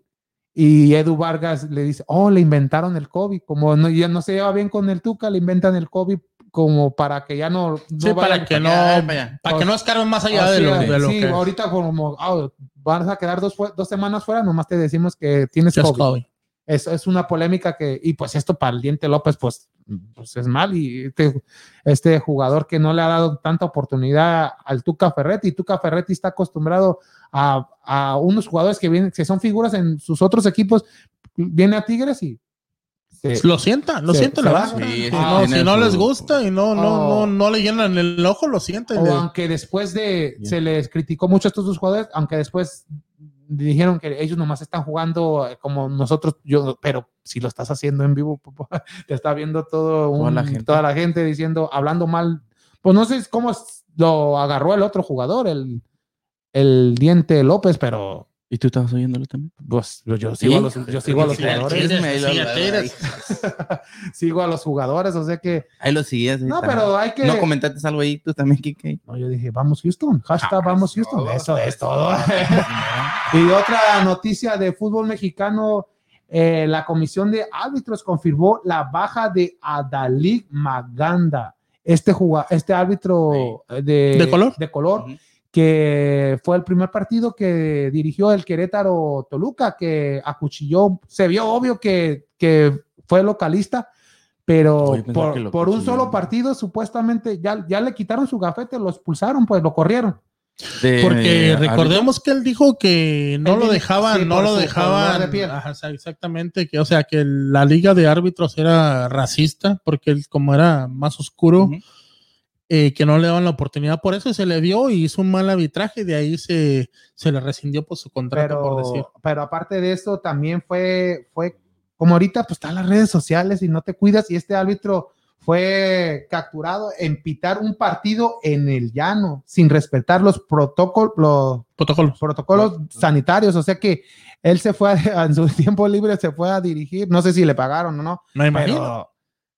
Y Edu Vargas le dice, oh, le inventaron el COVID. Como no, ya no se lleva bien con el Tuca, le inventan el COVID como para que ya no... no sí, para vayan- que no, allá, para allá. para que no escarben más allá Ah, de sí, lo, ah, de lo sí, que ahorita como ah, vas a quedar dos, fue- dos semanas fuera, nomás te decimos que tienes que es COVID. COVID. Es, es una polémica que, y pues esto para el diente López, pues, pues es mal. Y este, este jugador que no le ha dado tanta oportunidad al Tuca Ferretti, Tuca Ferretti está acostumbrado a, a unos jugadores que vienen, que son figuras en sus otros equipos, viene a Tigres y se- Lo sienta, lo Sí, sienta sí, la sí, baja. sí, Si sí, no, tiene si no su- les gusta y no, no, no, Oh. no le llenan el ojo, lo sienta. y o le- aunque después de Bien. se les criticó mucho a estos dos jugadores, aunque después dijeron que ellos nomás están jugando eh, como nosotros, yo, pero si lo estás haciendo en vivo, papá, te está viendo todo Toda un- la gente. toda la gente diciendo, hablando mal, pues no sé cómo es- lo agarró el otro jugador, el, el diente López, pero ¿Y tú estabas oyéndolo también? pues, yo, yo sigo a los, yo sigo a los Sí, al jugadores, Tigres, Me sí, lo- al Tigres. sigo a los jugadores, o sea que Ahí lo seguías. ahí no, está. pero hay que No comentaste algo ahí tú también, Kike. No, yo dije, vamos Houston, hashtag vamos Houston, todo. eso pues. es todo. y otra noticia de fútbol mexicano, eh, la comisión de árbitros confirmó la baja de Adalid Maganda, este, juga- este árbitro eh, de, ¿De color? de color, Ujú. que fue el primer partido que dirigió el Querétaro Toluca, que acuchilló, se vio obvio que, que fue localista, pero Oye, pensaba que por, lo por un acuchillaron. solo partido supuestamente ya, ya le quitaron su gafete, lo expulsaron, pues lo corrieron. De- Porque eh, recordemos que él dijo que no Él lo dijo- dejaban, sí, no por lo su dejaban. color de piel. Ajá, o sea, exactamente, que o sea que la liga de árbitros era racista porque él como era más oscuro, Ujú. eh, que no le daban la oportunidad por eso y se le dio y hizo un mal arbitraje y de ahí se, se le rescindió por su contrato por decir. Pero, pero aparte de eso, también fue, fue como ahorita, pues están las redes sociales y no te cuidas. Y este árbitro fue capturado en pitar un partido en el llano, sin respetar los protocolos, los, Protocolo. protocolos sanitarios, o sea que él se fue a, en su tiempo libre se fue a dirigir, no sé si le pagaron o no, Me imagino. pero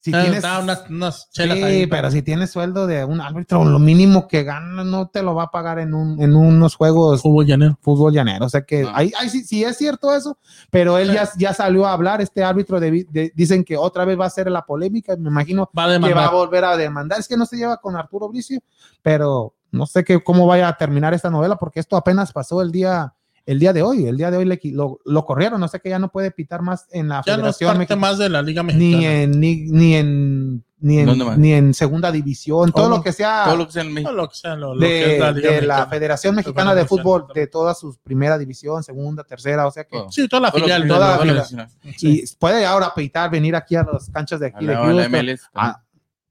si Ah, tienes estaba unas, unas Sí, chelas ahí, pero si tienes sueldo de un árbitro, lo mínimo que gana no te lo va a pagar en un en unos juegos pues, Hubo llanero. fútbol llanero, o sea que No. ahí, ahí sí, sí es cierto eso, pero él ya, ya salió a hablar este árbitro de- de- dicen que otra vez va a ser la polémica, me imagino Va a que va a demandar. volver a demandar. Es que no se lleva con Arturo Bricio, pero No sé qué cómo vaya a terminar esta novela porque esto apenas pasó el día el día de hoy. El día de hoy le qui- lo, lo corrieron. No sé que ya no puede pitar más en la Ya no es parte Mexi- más de la Liga Mexicana. ni en ni, ni en ni en, ¿Dónde más? ni en segunda división, todo Todo- lo que sea Todo lo que sea en México. No, lo que sea, lo- lo que de, es la Liga de la Mexicana. Federación Mexicana Bueno, de pues, ya. Fútbol, de toda sus primera división, segunda, tercera, o sea que Todo. Sí, toda la Todo lo filial. que- de toda la- la filial. nacional. Oh, Sí. y puede ahora pitar venir aquí a las canchas de A aquí de la- a la Houston. MLS. Ah,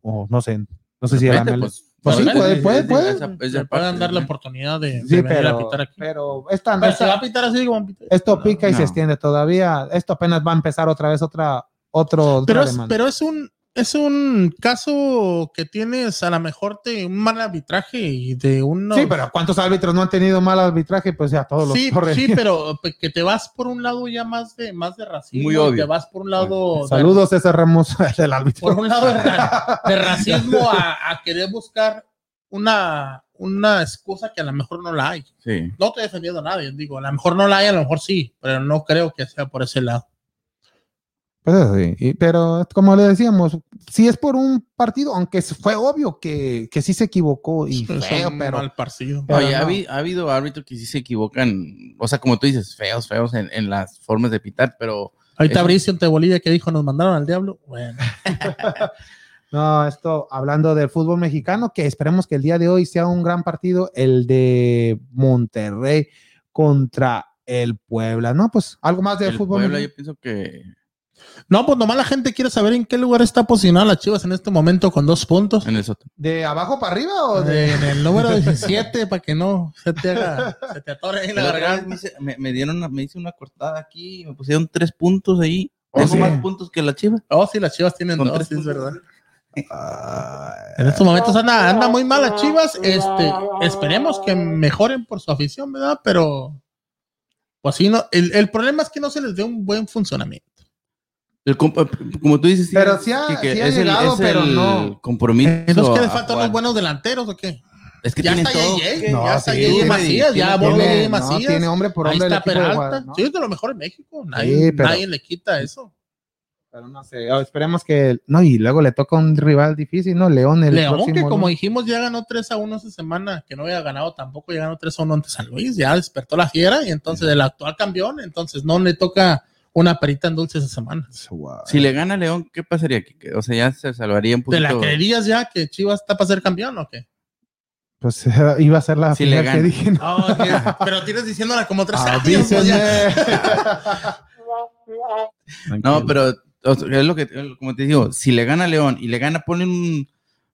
o no sé, no sé si era Vete, MLS. pues. Pues sí, Vale, puede- es- puede- es de- puede. es de- es de Le puedan parte, dar la ¿no? oportunidad de, de Sí, venir pero, a pitar aquí. pero esta, Pero se esta- va a pitar así como pita- esto pica y No. se extiende todavía. Esto apenas va a empezar otra vez otra otro Pero otra es, demanda. pero es un es un caso que tienes a lo mejor de un mal arbitraje y de uno Sí, pero ¿cuántos árbitros no han tenido mal arbitraje? Pues ya todos los sí, corren. sí, pero pe- que te vas por un lado ya más de más de racismo, Muy y obvio. te vas por un lado de- Saludos César Ramos del árbitro. por un lado de, ra- de racismo a, a querer buscar una una excusa que a lo mejor no la hay. Sí. No estoy defendiendo a nadie, digo, a lo mejor no la hay, a lo mejor sí, pero no creo que sea por ese lado. Pues eso sí, y- pero como le decíamos, si es por un partido, aunque s- fue obvio que, que sí se equivocó y Es feo, un pero Pues mal partido. Pero Oye, ha, no. habi- ha habido árbitros que sí se equivocan, o sea, como tú dices, feos, feos en, en las formas de pitar, pero Ahí está eso- Bricio de Bolivia que dijo, nos mandaron al diablo. Bueno, no, esto hablando del fútbol mexicano, que esperemos que el día de hoy sea un gran partido, el de Monterrey contra el Puebla, ¿no? Pues algo más del el fútbol. Puebla mexicano. yo pienso que No, pues nomás la gente quiere saber en qué lugar está posicionada las Chivas en este momento con dos puntos. en el sótano. ¿De abajo para arriba o de...? En el número 17, para que no se te haga, se te atore ahí la La verdad, garganta. me, hice- me- me dieron, una- me hice una cortada aquí, me pusieron tres puntos ahí. Tengo Oh, sí. más puntos que la chiva. Oh, sí, las Chivas tienen Con dos, tres sí, es puntos. verdad. En estos momentos anda, anda muy mal las Chivas. Este, esperemos que mejoren por su afición, ¿verdad? Pero, pues sí, no, el, el problema es que no se les dé un buen funcionamiento. El compa- como tú dices, sí, Pero sí ha- sí ha llegado, pero no. compromiso. Entonces, ¿qué les a faltan jugar. los buenos delanteros o qué? Es que ya tienen está todo. Yeye, No, ya está sí, Yeye tiene- Macías, ya tiene- volvió Yeye no, Macías. tiene hombre por Ahí hombre el está equipo de Peralta. Guadalajara, ¿no? Sí, es de lo mejor en México. Nadie, Sí, pero- nadie le quita eso. Pero no sé, ah, esperemos que... No, y luego le toca un rival difícil, ¿no? León el León, próximo, que como ¿no? dijimos, ya ganó 3 a 1 esta semana, que no había ganado tampoco, ya ganó 3 a 1 ante San Luis, ya despertó la fiera y entonces el actual campeón, entonces no le toca una perita en dulce esta semana. Si le gana León, ¿qué pasaría? Que- que- O sea, ya se salvaría un ¿Te poquito. la creerías ya que Chivas está para ser campeón o qué? Pues eh, iba a ser la Sí, primera le que gana. dije, ¿no? No, que- pero tienes diciéndola como 3 años. Avísenme. pues, ya. No, pero o sea, es lo que, como te digo, si le gana León y le gana, ponen un,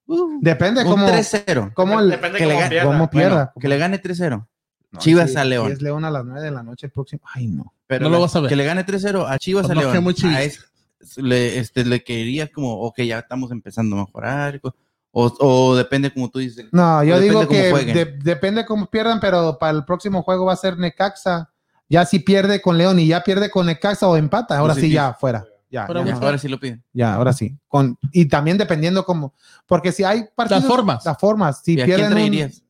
uh, Depende un cómo, 3-0. cómo, el- Depende que cómo le gane- pierda. cómo Bueno, pierda. que le gane 3-0. No, Chivas sí, a León. sí es León a las 9 de la noche el próximo. Ay, no. Pero No lo la- vas a ver. Que le gane 3-0 a Chivas Pues a no, que León. muy chivista. A es- le, este, le quería como, ok, ya estamos empezando a mejorar. co- O, o depende como tú dices. No, yo Depende digo cómo que jueguen. de- depende cómo pierdan, pero para el próximo juego va a ser Necaxa. Ya si pierde con León y ya pierde con Necaxa o empata, ahora sí, Positivo. ya fuera. Ya, Pero ya, Ya, bueno. ahora sí lo piden. ya, ahora sí. Con, y también dependiendo cómo. Porque si hay partidos. Las formas. Las formas. Si ¿Y a quién pierden. un- traerías?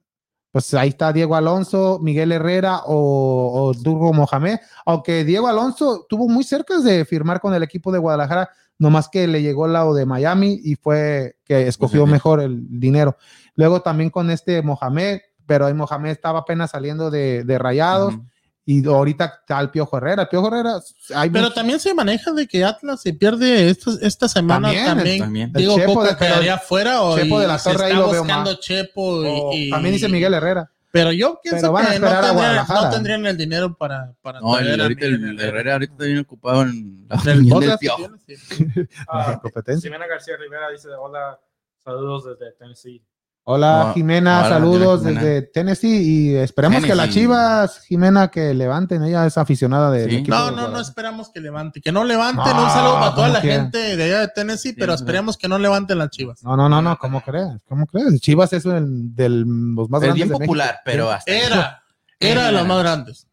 pues ahí está Diego Alonso, Miguel Herrera o, o Durgo Mohamed. Aunque Diego Alonso tuvo muy cerca de firmar con el equipo de Guadalajara, nomás que le llegó el lado de Miami y fue que escogió Ujú. mejor el dinero. Luego también con este Mohamed, pero ahí Mohamed estaba apenas saliendo de, de Rayados Ujú. y ahorita está el Piojo Herrera. El Piojo Herrera, hay Pero mucho- también se maneja de que Atlas se pierde esta, esta semana También, también. También. el Digo, Chepo Coca de- pero- quedaría afuera o Chepo de la y se Torre ahí está lo veo buscando Chepo y- o y- también dice Miguel Herrera. Pero yo pienso Pero van a que no esperar a tendrían, Guadalajara. no tendrían el dinero para, para No, el, traer a ahorita el, Miguel Herrera. Herrera ahorita está bien ocupado en la Del opinión del podcast que Piojo. tiene, sí. Ah, competencia. Ximena García Rivera dice: Hola, saludos desde Tennessee. Hola No, Jimena, hola, saludos Jimena. desde Tennessee y esperemos que las Tennessee. Chivas, Jimena, que levanten. Ella es aficionada del Sí. equipo No, de no, no Guadalajara. esperamos que levante. Que no levanten. No, un saludo para toda como la quiera. gente de allá de Tennessee, pero Sí, esperemos que no levanten las chivas. No, no, no, no, ¿cómo crees? ¿Cómo crees? Chivas es el de los más Es grandes. bien de México. popular, pero hasta Era, era de los más grandes.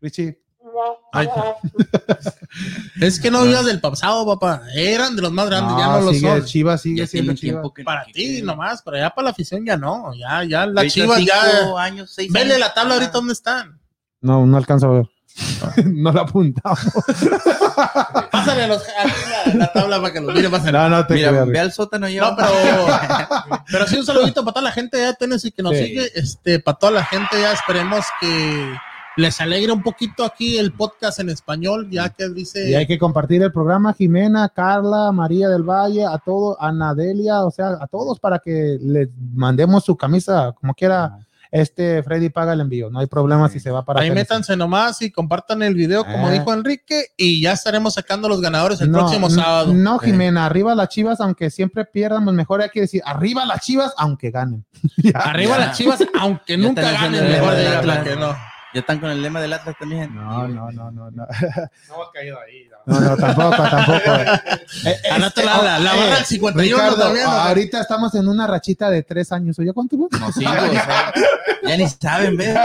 Richie, Ahí está. es que no vivas del pasado, papá. Eran de los más grandes, ya no lo sigue, son. Chivas sigue ya tiene siendo un Chivas. tiempo que Para que- ti que- nomás, pero ya para la afición ya no. Ya, ya las ahorita chivas ya. eh. cinco años, seis Vele años. la tabla ahorita dónde están. No, no alcanzo a ver. no la apuntamos. Pásale a los, aquí la, la tabla para que los mire más No, no te Mira, creas, güey. ve al sótano y No, pero, pero sí, un saludito para toda la gente de Tennessee que nos Sí. sigue. Este, para toda la gente ya esperemos que les alegre un poquito aquí el podcast en español, ya que dice. Y hay que compartir el programa, Jimena, Carla, María del Valle, a todos, a Nadelia, o sea, a todos para que les mandemos su camisa, como quiera. Este Freddy paga el envío, no hay problema si se va para Ahí Tennessee. métanse nomás y compartan el video, como Ah. dijo Enrique, y ya estaremos sacando los ganadores el No, mm, próximo n- sábado. No, Jimena, arriba las chivas, aunque siempre pierdan, pues mejor hay que decir arriba las chivas, aunque ganen. Arriba Ya. las chivas, aunque nunca tenés ganen, el mejor lema de del Atlas Atlas. que no. Ya están con el lema del Atlas también. No, no, no, no, no. No hemos caído ahí. ¿no? No, no, tampoco, tampoco. Eh, Al este, Atlas la, la eh, barra del 51 Ricardo, ah, también. ¿no? ahorita estamos en una rachita de tres años. ¿Oye cuánto? güey? No, sí, güey, o sea, ya ni saben, ¿ves?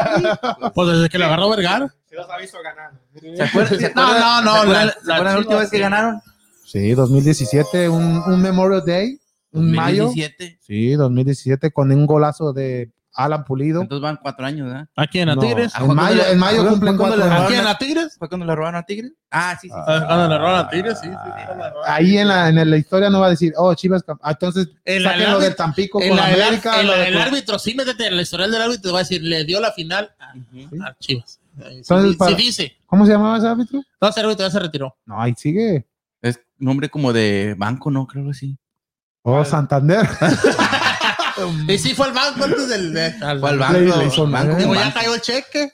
Pues desde que la agarró Vergara. Sí los ha visto ganar. ¿Se acuerdan? se No, acuerdan- no, no, ¿Se acuerdan la- ¿se la acuerdan la última Chivas, vez que sí. ganaron? Sí, 2017, un, un Memorial Day, un mayo. 2017. Sí, 2017, con un golazo de Alan Pulido. Entonces van cuatro años, ¿verdad? ¿A quién? ¿A No, Tigres? En mayo, en mayo ¿Cuándo- cumplen cuándo cuatro le años. ¿A robaron quién? a- ¿A Tigres? ¿Fue cuando le robaron a Tigres? Ah, sí, sí. sí. Ah, Cuando le robaron a Tigres, sí, sí, sí. Ahí en la, en la historia no va a decir, oh, Chivas, cam- ah, entonces El saquen lo alarme- del Tampico El, con el- América. el- lo de- el árbitro, sí, métete en el historial del árbitro, te va a decir, le dio la final a, Ujú. a Chivas. Si Entonces, para- dice, ¿Cómo se llamaba ese árbitro? no, ese árbitro ya se retiró. No, ahí sigue. Es nombre como de banco, ¿no? Creo que sí. Oh, Santander. Y sí fue al banco antes del... de- al- Fue al Le- banco. le hizo banco, mal. Digo, banco. ya cayó el cheque.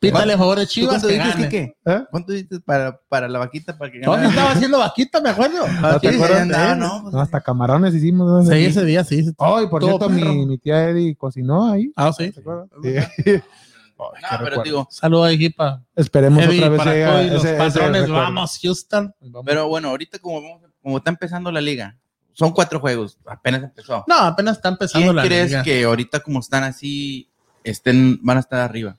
Pítale a favor de ¿Tú Chivas ¿Cuánto que dices, gane. Kike? ¿Eh? ¿Cuánto dices para, para la vaquita? Para que No, sí ganara? estaba haciendo vaquita, me acuerdo. ¿No te sí, acuerdas ahí andaba, de él? ¿no? Pues, No, hasta camarones hicimos. ¿no? Sí, ese día sí. sí. Oh, y por Todo cierto, mi, perro. mi tía Eddie cocinó ahí. Ah, sí. ¿Te acuerdas? Sí. Sí. No, pero digo, Saludos a Equipa. Esperemos Eddie, otra vez para llegue todos los ese- ese patrones, recuerdo. vamos, Houston. pero bueno, ahorita como, vamos- como está empezando la liga, son cuatro juegos, apenas empezó. No, apenas está empezando ¿Quién la crees liga. que ahorita como están así, estén, van a estar arriba?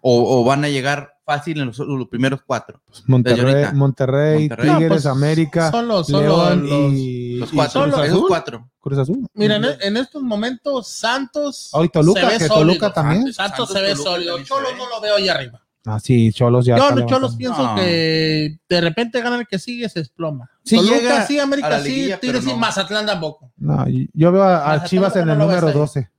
O, o van a llegar fácil en los, los primeros cuatro. Desde Monterrey, ahorita. Monterrey, Monterrey. Tigres, No, pues, América, Son los, son los- León los- y, Los y cuatro, Cruz esos Azul. cuatro. Cruz Azul. Mira, en, en estos momentos Santos. Hoy Toluca, que Toluca también. Santos, Santos se Santos, ve Toluca sólido. también se Cholos ve. no lo veo ahí arriba. Ah, sí, Cholos ya. Yo, está yo los levantando. pienso No. que de repente gana el que sigue se desploma. Sí Toluca llega sí, a América la sí, liguilla, pero Tigres sí, no. Mazatlán tampoco. No, yo veo a, a Mazatlán Chivas en no el lo ¿eh? ves número ahí. 12.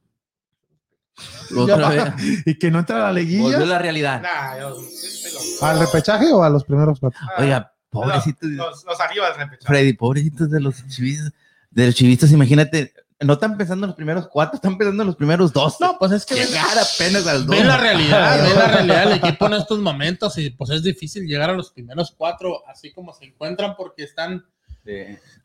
Otra vez. Y que no entra a la Volvió liguilla. la realidad. Nah, yo- estoy loco. ¿Al repechaje o a los primeros cuatro? Ah, Oiga, pobrecitos. Los, los arriba del repechaje. Freddy, pobrecitos de los chivistas, de los chivistas, imagínate, no están pensando en los primeros cuatro, están pensando en los primeros dos. No, pues es que llegar apenas al dos. ve la realidad, ve la realidad del equipo en estos momentos y pues es difícil llegar a los primeros cuatro así como se encuentran porque están Sí.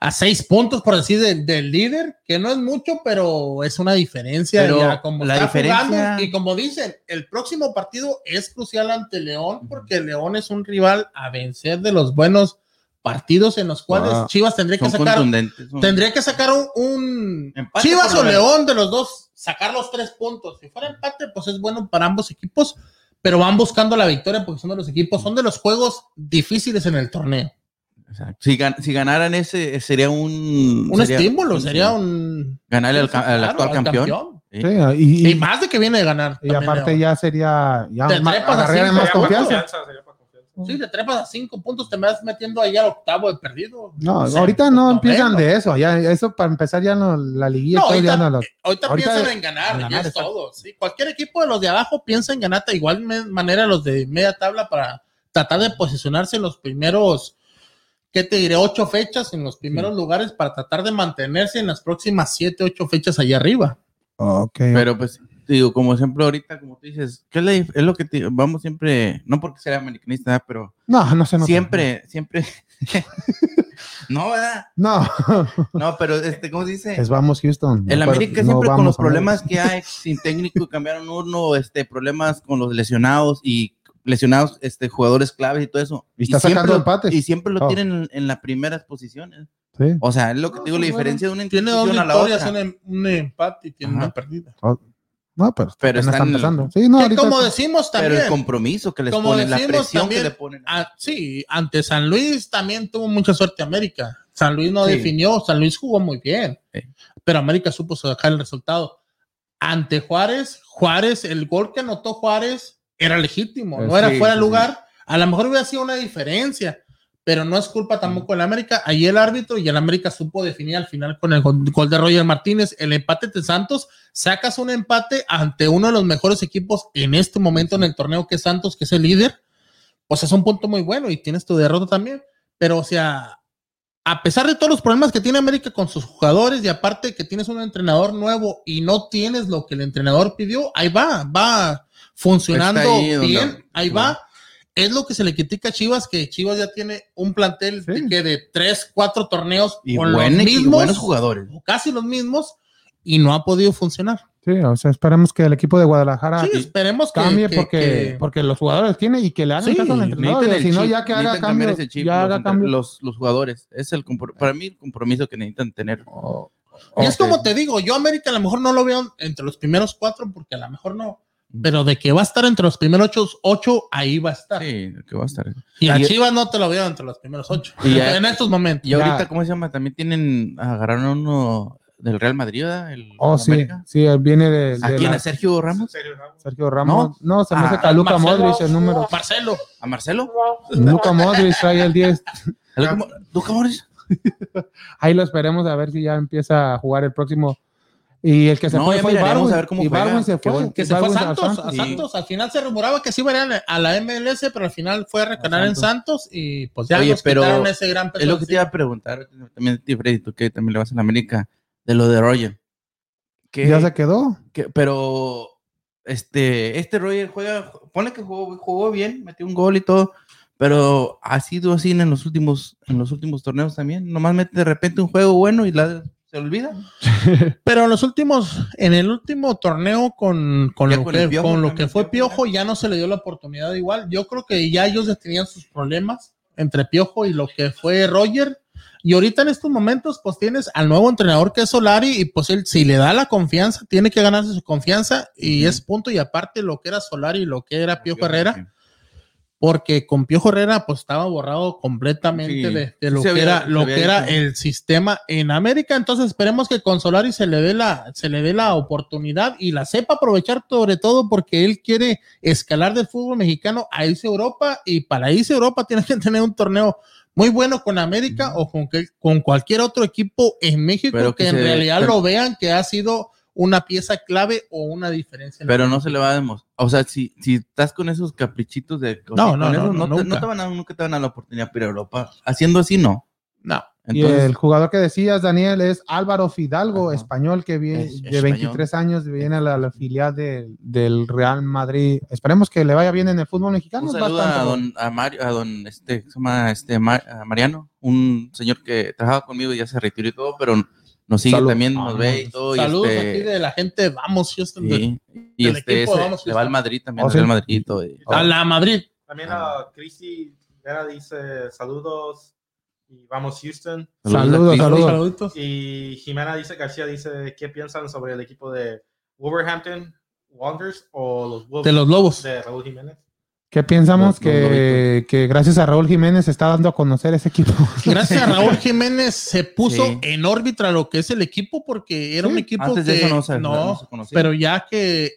a seis puntos por decir de- del líder, que no es mucho, pero es una diferencia. Pero ya como la está diferencia- jugando, y como dicen, el próximo partido es crucial ante León porque León es un rival a vencer de los buenos partidos en los cuales Ah. Chivas tendría que Son sacar contundentes. son- tendría que sacar un, un Empate Chivas por o lo León de los dos, sacar los tres puntos. Si fuera empate, pues es bueno para ambos equipos, pero van buscando la victoria porque son de los equipos, son de los juegos difíciles en el torneo. Exacto. Si, gan- si ganaran ese, sería un... Un estímulo, sería un... Ganarle al, ca- al Claro, actual al campeón. Sí, Sí. y, Y y, más de que viene de ganar. y también aparte León. ya sería. Ya Te ma- trepas agarrarían así, más Sería por confianza. sería por confianza. Sí, te trepas a cinco puntos, te vas metiendo ahí al octavo de perdido. No, O sea, ahorita no noveno. empiezan de eso. Ya, eso para empezar ya no, la liguilla. No, todo ya ahorita- eh, no lo- Ahorita, Ahorita piensan en ganar, en ya ganar, es está. todo. ¿sí? Cualquier equipo de los de abajo piensa en ganar de igual me- manera los de media tabla para tratar de posicionarse en los primeros, ¿qué te diré? Ocho fechas en los primeros lugares para tratar de mantenerse en las próximas siete, ocho fechas allá arriba. Ok. Pero pues, digo, como ejemplo ahorita, como tú dices, ¿qué es, la dif- es lo que te- vamos siempre, no porque sea americanista, ¿verdad? pero No, no se nota. siempre, siempre... no, ¿verdad? No, No, pero este, ¿cómo se dice? es vamos Houston. El No, América pero no siempre con los vamos, problemas que hay, sin técnico cambiaron uno, este, problemas con los lesionados y lesionados, este, jugadores claves y todo eso. Y está siempre sacando lo- empates. Y siempre lo Oh. tienen en, en las primeras posiciones. América. Sí. O sea, es lo que No, digo, la sí, bueno. diferencia de una Tiene dos institución a la victorias, otra. un, em- un empate y tiene Ajá. una perdida. No, pero, Pero apenas están- está empezando. Sí, no, Que ahorita. como decimos Pero también, el compromiso que les Como ponen, la decimos presión también, que le ponen. Ah, sí, ante San Luis también tuvo mucha suerte América. San Luis no Sí. definió, San Luis jugó muy bien, Sí. pero América supo sacar el resultado. Ante Juárez, Juárez, el gol que anotó Juárez era legítimo, Eh, no era sí, fuera de sí, lugar, A lo mejor hubiera sido una diferencia, pero no es culpa tampoco del América. Ahí el árbitro y el América supo definir al final con el gol gol de Roger Martínez. El empate de Santos, sacas un empate ante uno de los mejores equipos en este momento en el torneo que es Santos, que es el líder. Pues es un punto muy bueno y tienes tu derrota también. Pero, o sea, a pesar de todos los problemas que tiene América con sus jugadores y aparte que tienes un entrenador nuevo y no tienes lo que el entrenador pidió, ahí va, va funcionando Está ahí donde- bien, ahí va. Bueno. Es lo que se le critica a Chivas, que Chivas ya tiene un plantel Sí. de, que de tres, cuatro torneos Y, con buen los equi- y mismos, buenos jugadores. o casi los mismos, y no ha podido funcionar. Sí, o sea, esperemos que el equipo de Guadalajara sí, esperemos que, Ah, cambie que- porque, que- porque los jugadores tienen y que le hagan Sí, caso al entrenador. Necesitan el Si no, chip, ya que haga necesitan cambiar cambios. ese chip, ya los, haga entre- cambios. los- los jugadores. Es el compro- para mí el compromiso que necesitan tener. Y es Ok. como te digo, yo América a lo mejor no lo veo entre los primeros cuatro, porque a lo mejor no. Pero de que va a estar entre los primeros ocho, ocho ahí va a estar. Sí, que va a estar. Y a Y- Chivas no te lo veo entre los primeros ocho. Y ya- en estos momentos. Y ahorita, ¿cómo se llama? También tienen, agarraron uno del Real Madrid, ¿verdad? El, Oh, el sí, América. sí, él viene de, ¿A de quién? la- ¿A Sergio Ramos? Sergio Ramos. Sergio Ramos. No, se me hace Ah, que a Luca Marcelo. Modric el número. Marcelo. ¿A Marcelo? Luca Modric trae el 10. ¿A Luca Mo- Luca Modric? Ahí lo esperemos a ver si ya empieza a jugar el próximo. Y el que se No, fue ya fue miraremos Ibarwen. a ver cómo Ibarwen juega. se Qué fue. bueno. Que se fue a Ibarwen Santos. A Sí. Santos. Al final se rumoraba que sí iban a la MLS, pero al final fue a recalar en Santos y pues ya Oye, nos pero quitaron ese gran peso Es lo que te iba encima. a preguntar también a ti, Freddy, tú que también le vas a la América, de lo de Roger. Que, Ya se quedó. que- pero este, este Roger juega, pone que jugó, jugó bien, metió un gol y todo, pero ha sido así en los últimos, en los últimos torneos también. Nomás mete de repente un juego bueno y la, se olvida. Pero en los últimos, en el último torneo con, con Ya lo, con que, el Piojo con lo también, que fue Piojo, Piojo, ya no se le dio la oportunidad igual. Yo creo que ya ellos ya tenían sus problemas entre Piojo y lo que fue Roger. Y ahorita en estos momentos, pues tienes al nuevo entrenador que es Solari, y pues él, si le da la confianza, tiene que ganarse su confianza, y Ujú. es punto. Y aparte, lo que era Solari y lo que era Piojo Herrera, porque con Piojo Herrera pues estaba borrado completamente Sí. de, de Sí, lo que se había- era se lo había que era dicho. el sistema en América entonces esperemos que con Solari se le dé la se le dé la oportunidad y la sepa aprovechar sobre todo porque él quiere escalar del fútbol mexicano a irse a Europa y para irse a Europa tiene que tener un torneo muy bueno con América o con, que- con cualquier otro equipo en México Pero que, que en se- realidad pero- lo vean que ha sido una pieza clave o una diferencia. en la Pero no se le va a demostrar. O sea, si, si estás con esos caprichitos de. No, con no, no, no, te, nunca. te van a, nunca te van a dar la oportunidad para ir a Europa. Haciendo así, no. No. y Entonces, el jugador que decías, Daniel, es Álvaro Fidalgo, Ajá. español, que viene Es- de español. 23 años, viene a la, la filial de- del Real Madrid. Esperemos que le vaya bien en el fútbol mexicano. un es saludo a bastante bueno. don, a Mario, a don este, ¿cómo se llama? Este, Ma- a Mariano, un señor que trabajaba conmigo y ya se retiró y todo, pero nos sigue Salud. también, nos Ah, ve y todo. y Saludos este, aquí de la gente, vamos, Houston. de- sí, y del este, equipo, ese vamos, le va al Houston. Madrid también, Oh, al sí. Real Madrid y todo. y- A la Madrid. También a Cristi Vera dice saludos y vamos Houston. Saludos, a ti. saludos. Saluditos. Y Jimena dice García dice qué piensan sobre el equipo de Wolverhampton Wanderers o los Wolves De los lobos. de Raúl Jiménez. ¿Qué pensamos? Los- los que, que gracias a Raúl Jiménez se está dando a conocer ese equipo. Gracias a Raúl Jiménez se puso Sí. en órbita lo que es el equipo porque era un Sí, equipo Antes que de eso no se, no, no se conocía. pero ya que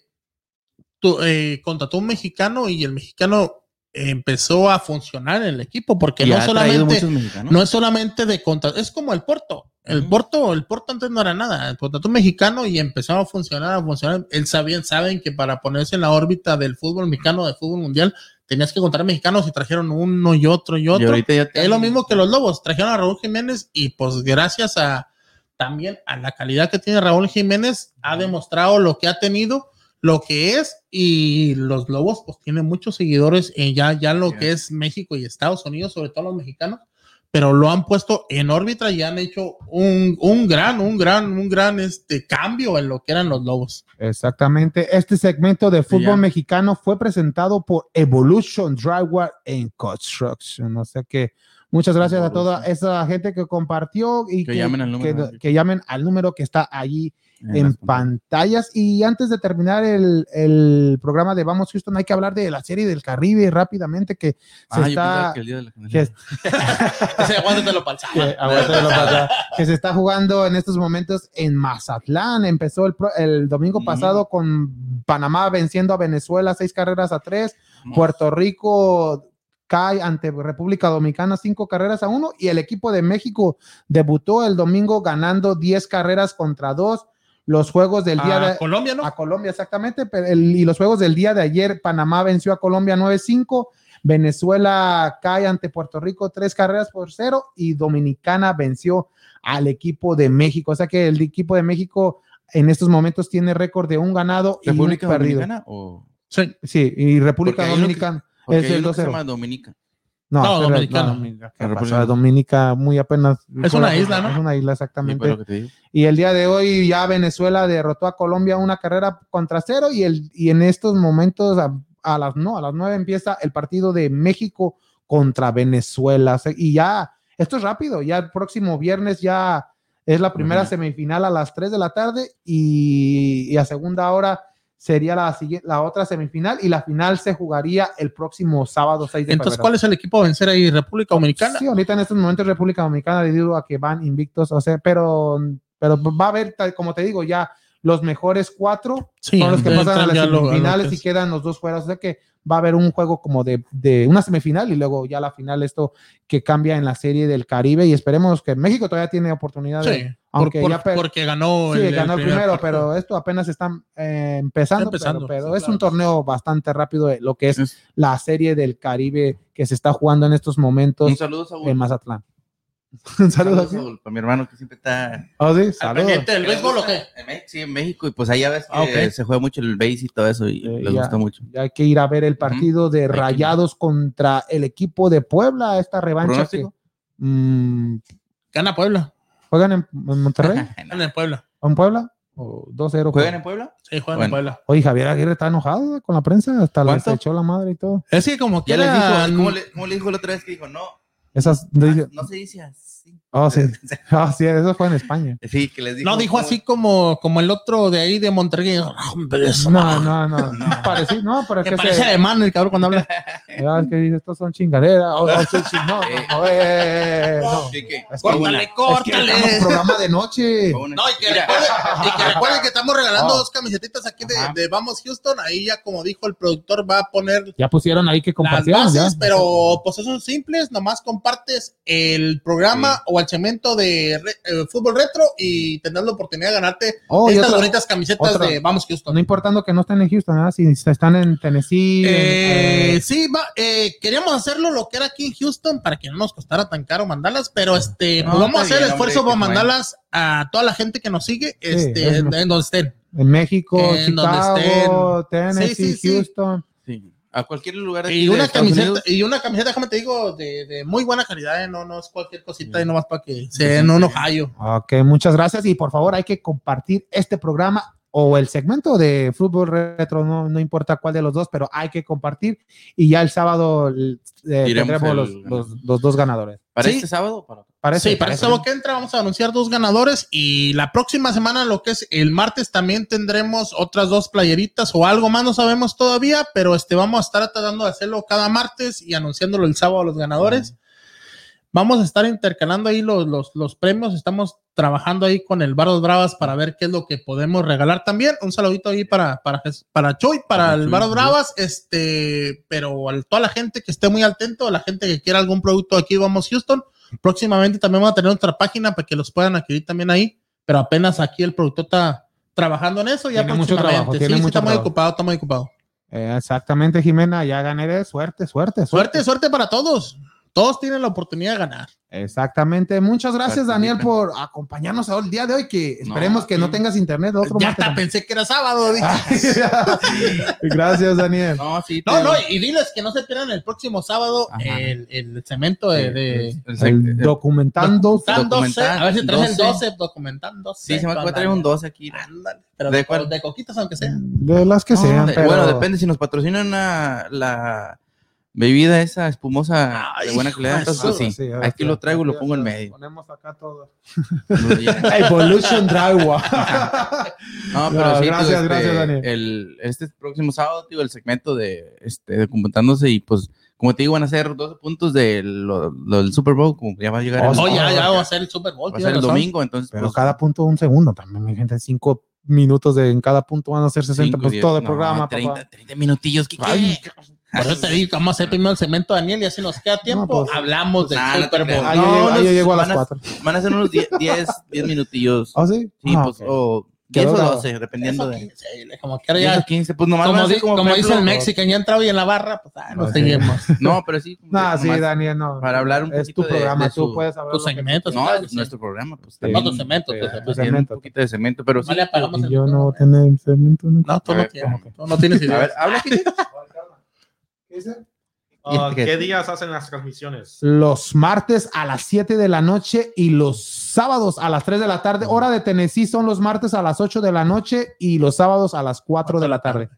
tu- eh, contrató un mexicano y el mexicano empezó a funcionar en el equipo porque Y no ha traído solamente muchos mexicanos. no es solamente de contratar, es como el Porto. El Ujú. Porto, el Porto antes no era nada, contrató un mexicano y empezaba a funcionar, a funcionar. Él sabían, saben que para ponerse en la órbita del fútbol mexicano, del fútbol mundial, tenías que contratar mexicanos y trajeron uno y otro y Y otro. ahorita ya te- es lo mismo que los Lobos, trajeron a Raúl Jiménez y pues gracias a también a la calidad que tiene Raúl Jiménez, ha demostrado lo que ha tenido, lo que es y los Lobos pues tienen muchos seguidores en ya, ya en lo que es México y Estados Unidos, sobre todo los mexicanos, pero lo han puesto en órbita y han hecho un, un gran, un gran, un gran este cambio en lo que eran los Lobos. Exactamente. Este segmento de fútbol ya. mexicano fue presentado por Evolution Drywall and Construction. O sea que muchas gracias a toda esa gente que compartió y Que que, llamen al número. que- que llamen al número que está allí En en las pantallas. pantallas. Y antes de terminar el, el programa de Vamos Houston, hay que hablar de la serie del Caribe rápidamente que se Ah, yo está... pensaba que el día de la Candelaria. que- Ese, aguántatelo pa'l sábado. que, aguántalo para atrás, que se está jugando en estos momentos en Mazatlán. Empezó el, pro- el domingo Mm. pasado con Panamá venciendo a Venezuela seis carreras a tres, Vamos. Puerto Rico cae ante República Dominicana cinco carreras a uno y el equipo de México debutó el domingo ganando 10 carreras contra dos. Los juegos del día A de Ah, Colombia, ¿no? a Colombia, exactamente. pero el- y los juegos del día de ayer, Panamá venció a Colombia 9-5, Venezuela cae ante Puerto Rico tres carreras por cero y Dominicana venció al equipo de México. O sea que el equipo de México en estos momentos tiene récord de un ganado y un ¿República perdido. Dominicana o...? Sí. Sí, y República Porque hay uno que- Dominicana. Porque Es hay el uno que se 2-0. llama Dominica. No, No, espera, Dominicana. no, ¿qué La pasó? República. Dominica muy apenas. Es una isla, ¿no? Es una Sí, isla, exactamente. fue lo que te digo. Y el día de hoy ya Venezuela derrotó a Colombia una carrera contra cero y, el, y en estos momentos a, a las no, a las nueve empieza el partido de México contra Venezuela. O sea, y ya, esto es rápido, ya el próximo viernes ya es la primera Imagínate. semifinal a las 3 de la tarde y, y a segunda hora sería la, siguiente- la otra semifinal y la final se jugaría el próximo sábado 6 de Entonces, febrero. ¿cuál es el equipo a vencer ahí? ¿República Dominicana? Sí, ahorita en estos momentos República Dominicana debido a que van invictos, o sea, pero, pero va a haber, tal- como te digo, ya los mejores cuatro Sí, eh, son los que entran pasan a las ya lo- a lo que semifinales y es. quedan los dos fuera, o sea que va a haber un juego como de, de una semifinal y luego ya la final, esto que cambia en la serie del Caribe y esperemos que México todavía tiene oportunidad de- Sí, aunque por- por- ya per- porque ganó Sí, el, el ganó el primer primero, partido. pero esto apenas está eh, empezando. Está empezando, pero pero sí, es un torneo bastante rápido, eh, lo que es Es- la serie del Caribe que se está jugando en estos momentos Un saludo a Saúl. en Mazatlán. Un saludo. Saludos, Saúl, para mi hermano que siempre está... Ah, sí, ¿Al saludos. pendiente del béisbol o qué? En México, sí, en México. Y pues allá ves que Ah, ok. se juega mucho el base y todo eso y Eh, les ya. gusta mucho. Ya Hay que ir a ver el partido de que ir. Rayados contra el equipo de Puebla, esta revancha que ¿Pronóstico? mm, Gana Puebla. juegan en, en Monterrey, Gana en Puebla. o en Puebla, o 2-0. ¿Juegan en Puebla? Sí, juegan Bueno. en Puebla. Oye, Javier Aguirre está enojado eh, con la prensa, hasta le ¿Cuánto? echó la madre y todo. Es que como Ya quiera... les dijo, ¿cómo le, cómo le dijo la otra vez que dijo? No, Esas, ah, no se dice así. oh, sí, Ah, sí, eso fue en España. Sí, que les dijo. No, dijo así como, como el otro de ahí de Monterrey. Hombre, eso- No, no, no, no, parecido, no, pero es que que parece se, alemán el cabrón cuando habla. Ah, es que dice, estos son chingaderas, oh, oh, sí, sí, no, no, no, eh, eh, eh, no. Sí, que- Es que- Córtale, es que córtale. estamos programa de noche. Fue una- No, y que, Mira, recuerden, y que recuerden que estamos regalando Ah. dos camisetitas aquí de, Ajá. de Vamos Houston. Ahí ya, como dijo el productor, va a poner Ya pusieron ahí que las compartieron, ya. bases, pero pues son simples. Nomás compartes el programa o el cemento de re- eh, fútbol retro y tendrás la oportunidad de ganarte Oh, y estas otra- bonitas camisetas otra. de Vamos Houston. no importando que no estén en Houston, ¿verdad? si se están en Tennessee. Eh, en- eh, sí, va, eh, queríamos hacerlo lo que era aquí en Houston para que no nos costara tan caro mandarlas, pero este, No, pues vamos está a hacer el bien, esfuerzo hombre, para que bueno. mandarlas a toda la gente que nos sigue, este, es en, lo- en donde estén. en México, en donde Chicago, Tennessee, Sí, sí, sí. Houston. sí, A cualquier lugar de Y de una Estados camiseta, Unidos. y una camiseta, déjame te digo, de, de muy buena calidad, eh, no, no es cualquier cosita y nomás para que se den un Ohio. Ok, muchas gracias y por favor hay que compartir este programa o el segmento de fútbol retro, no, no importa cuál de los dos, pero hay que compartir y ya el sábado eh, tendremos el- los, los- los dos ganadores. ¿Para Sí. este sábado? o para otro? Parece, sí, para parece. eso que entra vamos a anunciar dos ganadores y la próxima semana, lo que es el martes, también tendremos otras dos playeritas o algo más, no sabemos todavía, pero este vamos a estar tratando de hacerlo cada martes y anunciándolo el sábado a los ganadores. Vamos a estar intercalando ahí los, los, los premios, estamos trabajando ahí con el Baros Bravas para ver qué es lo que podemos regalar también. Un saludito ahí para, para, Jes- para Choy, para Para el Chuy, Baros sí. Bravas, este, pero a toda la gente que esté muy atento, a la gente que quiera algún producto aquí, vamos Houston. Próximamente también vamos a tener otra página para que los puedan adquirir también ahí, pero apenas aquí el productor está trabajando en eso. Ya Tiene mucho próximamente. trabajo, Sí, tiene sí, mucho está muy trabajo. ocupado, está muy ocupado. Eh, exactamente, Jimena, ya gané de suerte, suerte, Suerte, suerte para todos. Todos tienen la oportunidad de ganar. Exactamente. Muchas gracias, Participen. Daniel, por acompañarnos el día de hoy, que esperemos No, que no sí. tengas internet el otro ya martes. hasta pensé que era sábado. dije. gracias, Daniel. No, sí. No, te- no, y diles que no se pierdan el próximo sábado Ajá. el, el cemento de... de- El- el- El el- documentando. Tan 12, a ver si traes el 12. 12 documentándose. Sí, se me acuerda traer un 12 aquí. Ándale, pero ¿De de, cuál? Mm. de coquitas aunque sea. De las que No, sean, de- pero Bueno, depende. Si nos patrocinan una- la bebida esa espumosa Ay, de buena hijo de calidad, entonces su- pues, sí. Aquí lo traigo y lo pongo en medio. No, ya. Evolution Drywall. No, pero No, sí, tío, gracias, este, gracias, Dani. El, este próximo sábado, tío, el segmento de este, documentándose y pues, como te digo, van a ser 12 puntos de lo- lo del Super Bowl, como ya va a llegar. Oh, el- no, Pues, Oye, ya, ya va va a ser el Super Bowl. a ser tienes el razón. domingo, entonces pero pues, cada punto un segundo también, mi gente. Cinco minutos de, en cada punto van a ser 60, cinco, pues diez, todo el no, programa, 30, papá. 30 minutillos, ¿qué, qué? Ay, Por eso te digo, vamos a hacer primero el cemento, Daniel, y así nos queda tiempo. pues, Hablamos del Nah, no Super te Bowl. Ah, creas. yo, No, llego, ah, yo los llego a las van a- 4. Van a ser unos 10 minutillos. ¿Ah, sí? Sí, Ah, pues, ok. o Quedó 10 o grabado. 12, dependiendo Eso, de. 15, Como quiera 10 o ya. 15, pues nomás van Como, a ser di- como por dice el ejemplo, Mexican, ya entraba y en la barra, pues ah, nos Ah, sí. seguimos. No, pero sí. como Nah, que sí, nomás Daniel, no. Para hablar un es tu poquito de- programa, de tú su- puedes hablar. Tus lo que- segmentos. No, claro, es sí. nuestro programa, pues No, también. tus segmentos. tus- pues, tus tiene un segmentos. poquito de cemento, pero pues, sí. No le apagamos Y el yo micrófono. no tener segmento. nunca. No, tú A no ver, tienes. ¿cómo? Tú no tienes A ver, idea. habla aquí. ¿Qué dice? Ah, ¿Qué? ¿Qué días hacen las transmisiones? Los martes a las 7 de la noche y los sábados a las 3 de la tarde. Hora de Tennessee son los martes a las 8 de la noche y los sábados a las 4 de la tarde.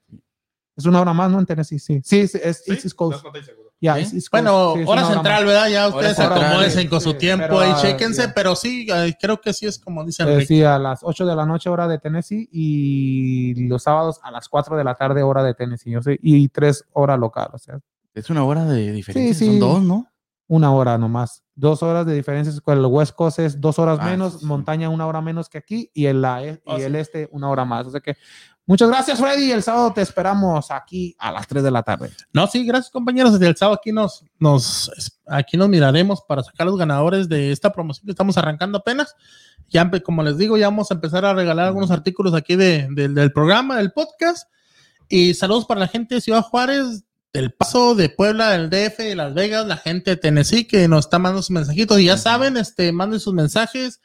Es una hora más, ¿no? En Tennessee, sí. Sí, sí, es ¿Sí? East Coast. No, no estoy seguro. Ya, ¿Sí? es East Coast. Bueno, Sí, es hora una central, ¿verdad? Ya ustedes central, acomódense sí, con su sí, tiempo pero, ahí, ah, chéquense, ya. pero sí, eh, creo que sí es como dice más. Eh, Enrique. sí, a las 8 de la noche, hora de Tennessee, y los sábados a las 4 de la tarde, hora de Tennessee, yo sé, y 3 horas local, o sea, Es una hora de diferencia, sí. son dos, ¿no? una hora nomás. Dos horas de diferencia con el West Coast es dos horas Ah, menos, sí. Oh, montaña una hora menos que aquí y el, la- y Ah, sí. el este una hora más. O sea que muchas gracias, Freddy. El sábado te esperamos aquí a las 3 de la tarde. No, sí, gracias compañeros. Desde el sábado aquí nos, nos, aquí nos miraremos para sacar los ganadores de esta promoción que estamos arrancando apenas. Ya, empe- como les digo, ya vamos a empezar a regalar algunos artículos aquí de- de- del programa, del podcast. Y saludos para la gente de Ciudad Juárez, del Paso, de Puebla, del DF, de Las Vegas, la gente de Tennessee que nos está mandando sus mensajitos. Y ya saben, este, manden sus mensajes,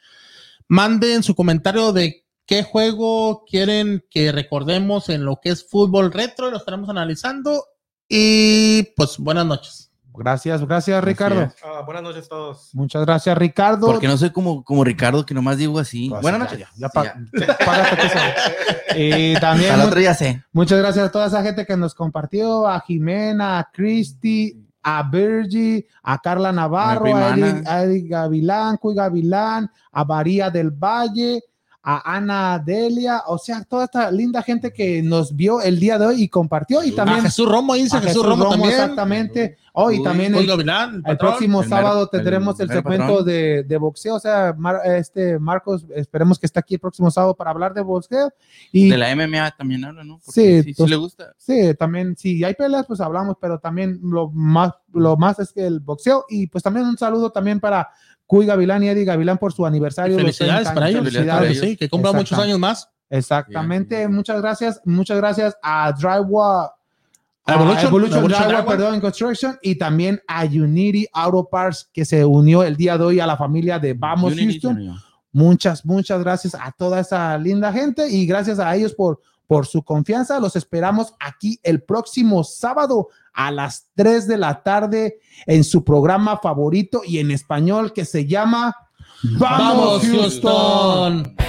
manden su comentario de qué juego quieren que recordemos en lo que es fútbol retro y lo estaremos analizando. Y pues buenas noches. Gracias, gracias, Ricardo. es. Ah, buenas noches a todos. Muchas gracias, Ricardo. Porque no soy como, como Ricardo, que nomás digo así. Pues, Buenas ya, noches. ya, ya Sí, pa- ya. págate tú solo. Y también Al mu- otro ya sé. muchas gracias a toda esa gente que nos compartió, a Jimena, a Cristi, a Virgie, a Carla Navarro, prima a Eddie, Ana. a Eddie Gavilán, Cuy Gavilán, a María del Valle, a Ana Delia, o sea, toda esta linda gente que nos vio el día de hoy y compartió y También, Ah, también a Jesús Romo, ahí dice a Jesús, Romo, también. exactamente. Hoy Uy, también Julio el, Gavilán, el el patrón. próximo El mero- sábado el tendremos el mero segmento patrón. de, de boxeo. O sea, Mar- este Marcos, esperemos que esté aquí el próximo sábado para hablar de boxeo. Y De la MMA también habla, ¿no? Porque Sí, sí, sí, entonces- le gusta. sí, también, si hay peleas, pues hablamos, pero también lo más, lo más es que el boxeo. Y pues también un saludo también para Cuy Gavilán y Eddie Gavilán por su aniversario. de los Felicidades 30 para años. ellos. Felicidades claro Felicidades. que sí, que cumplan muchos Exactamente. años más. Exactamente, Sí, sí. muchas gracias, muchas gracias a Drywall. a Evolution, Evolution Evolution Drywall, Drywall. perdón, Construction y también a Unity Auto Parts que se unió el día de hoy a la familia de Vamos Yo ni- ni Houston. sabía. Muchas, muchas gracias a toda esa linda gente y gracias a ellos por, por su confianza. Los esperamos aquí el próximo sábado a las 3 de la tarde en su programa favorito y en español que se llama Vamos, Houston.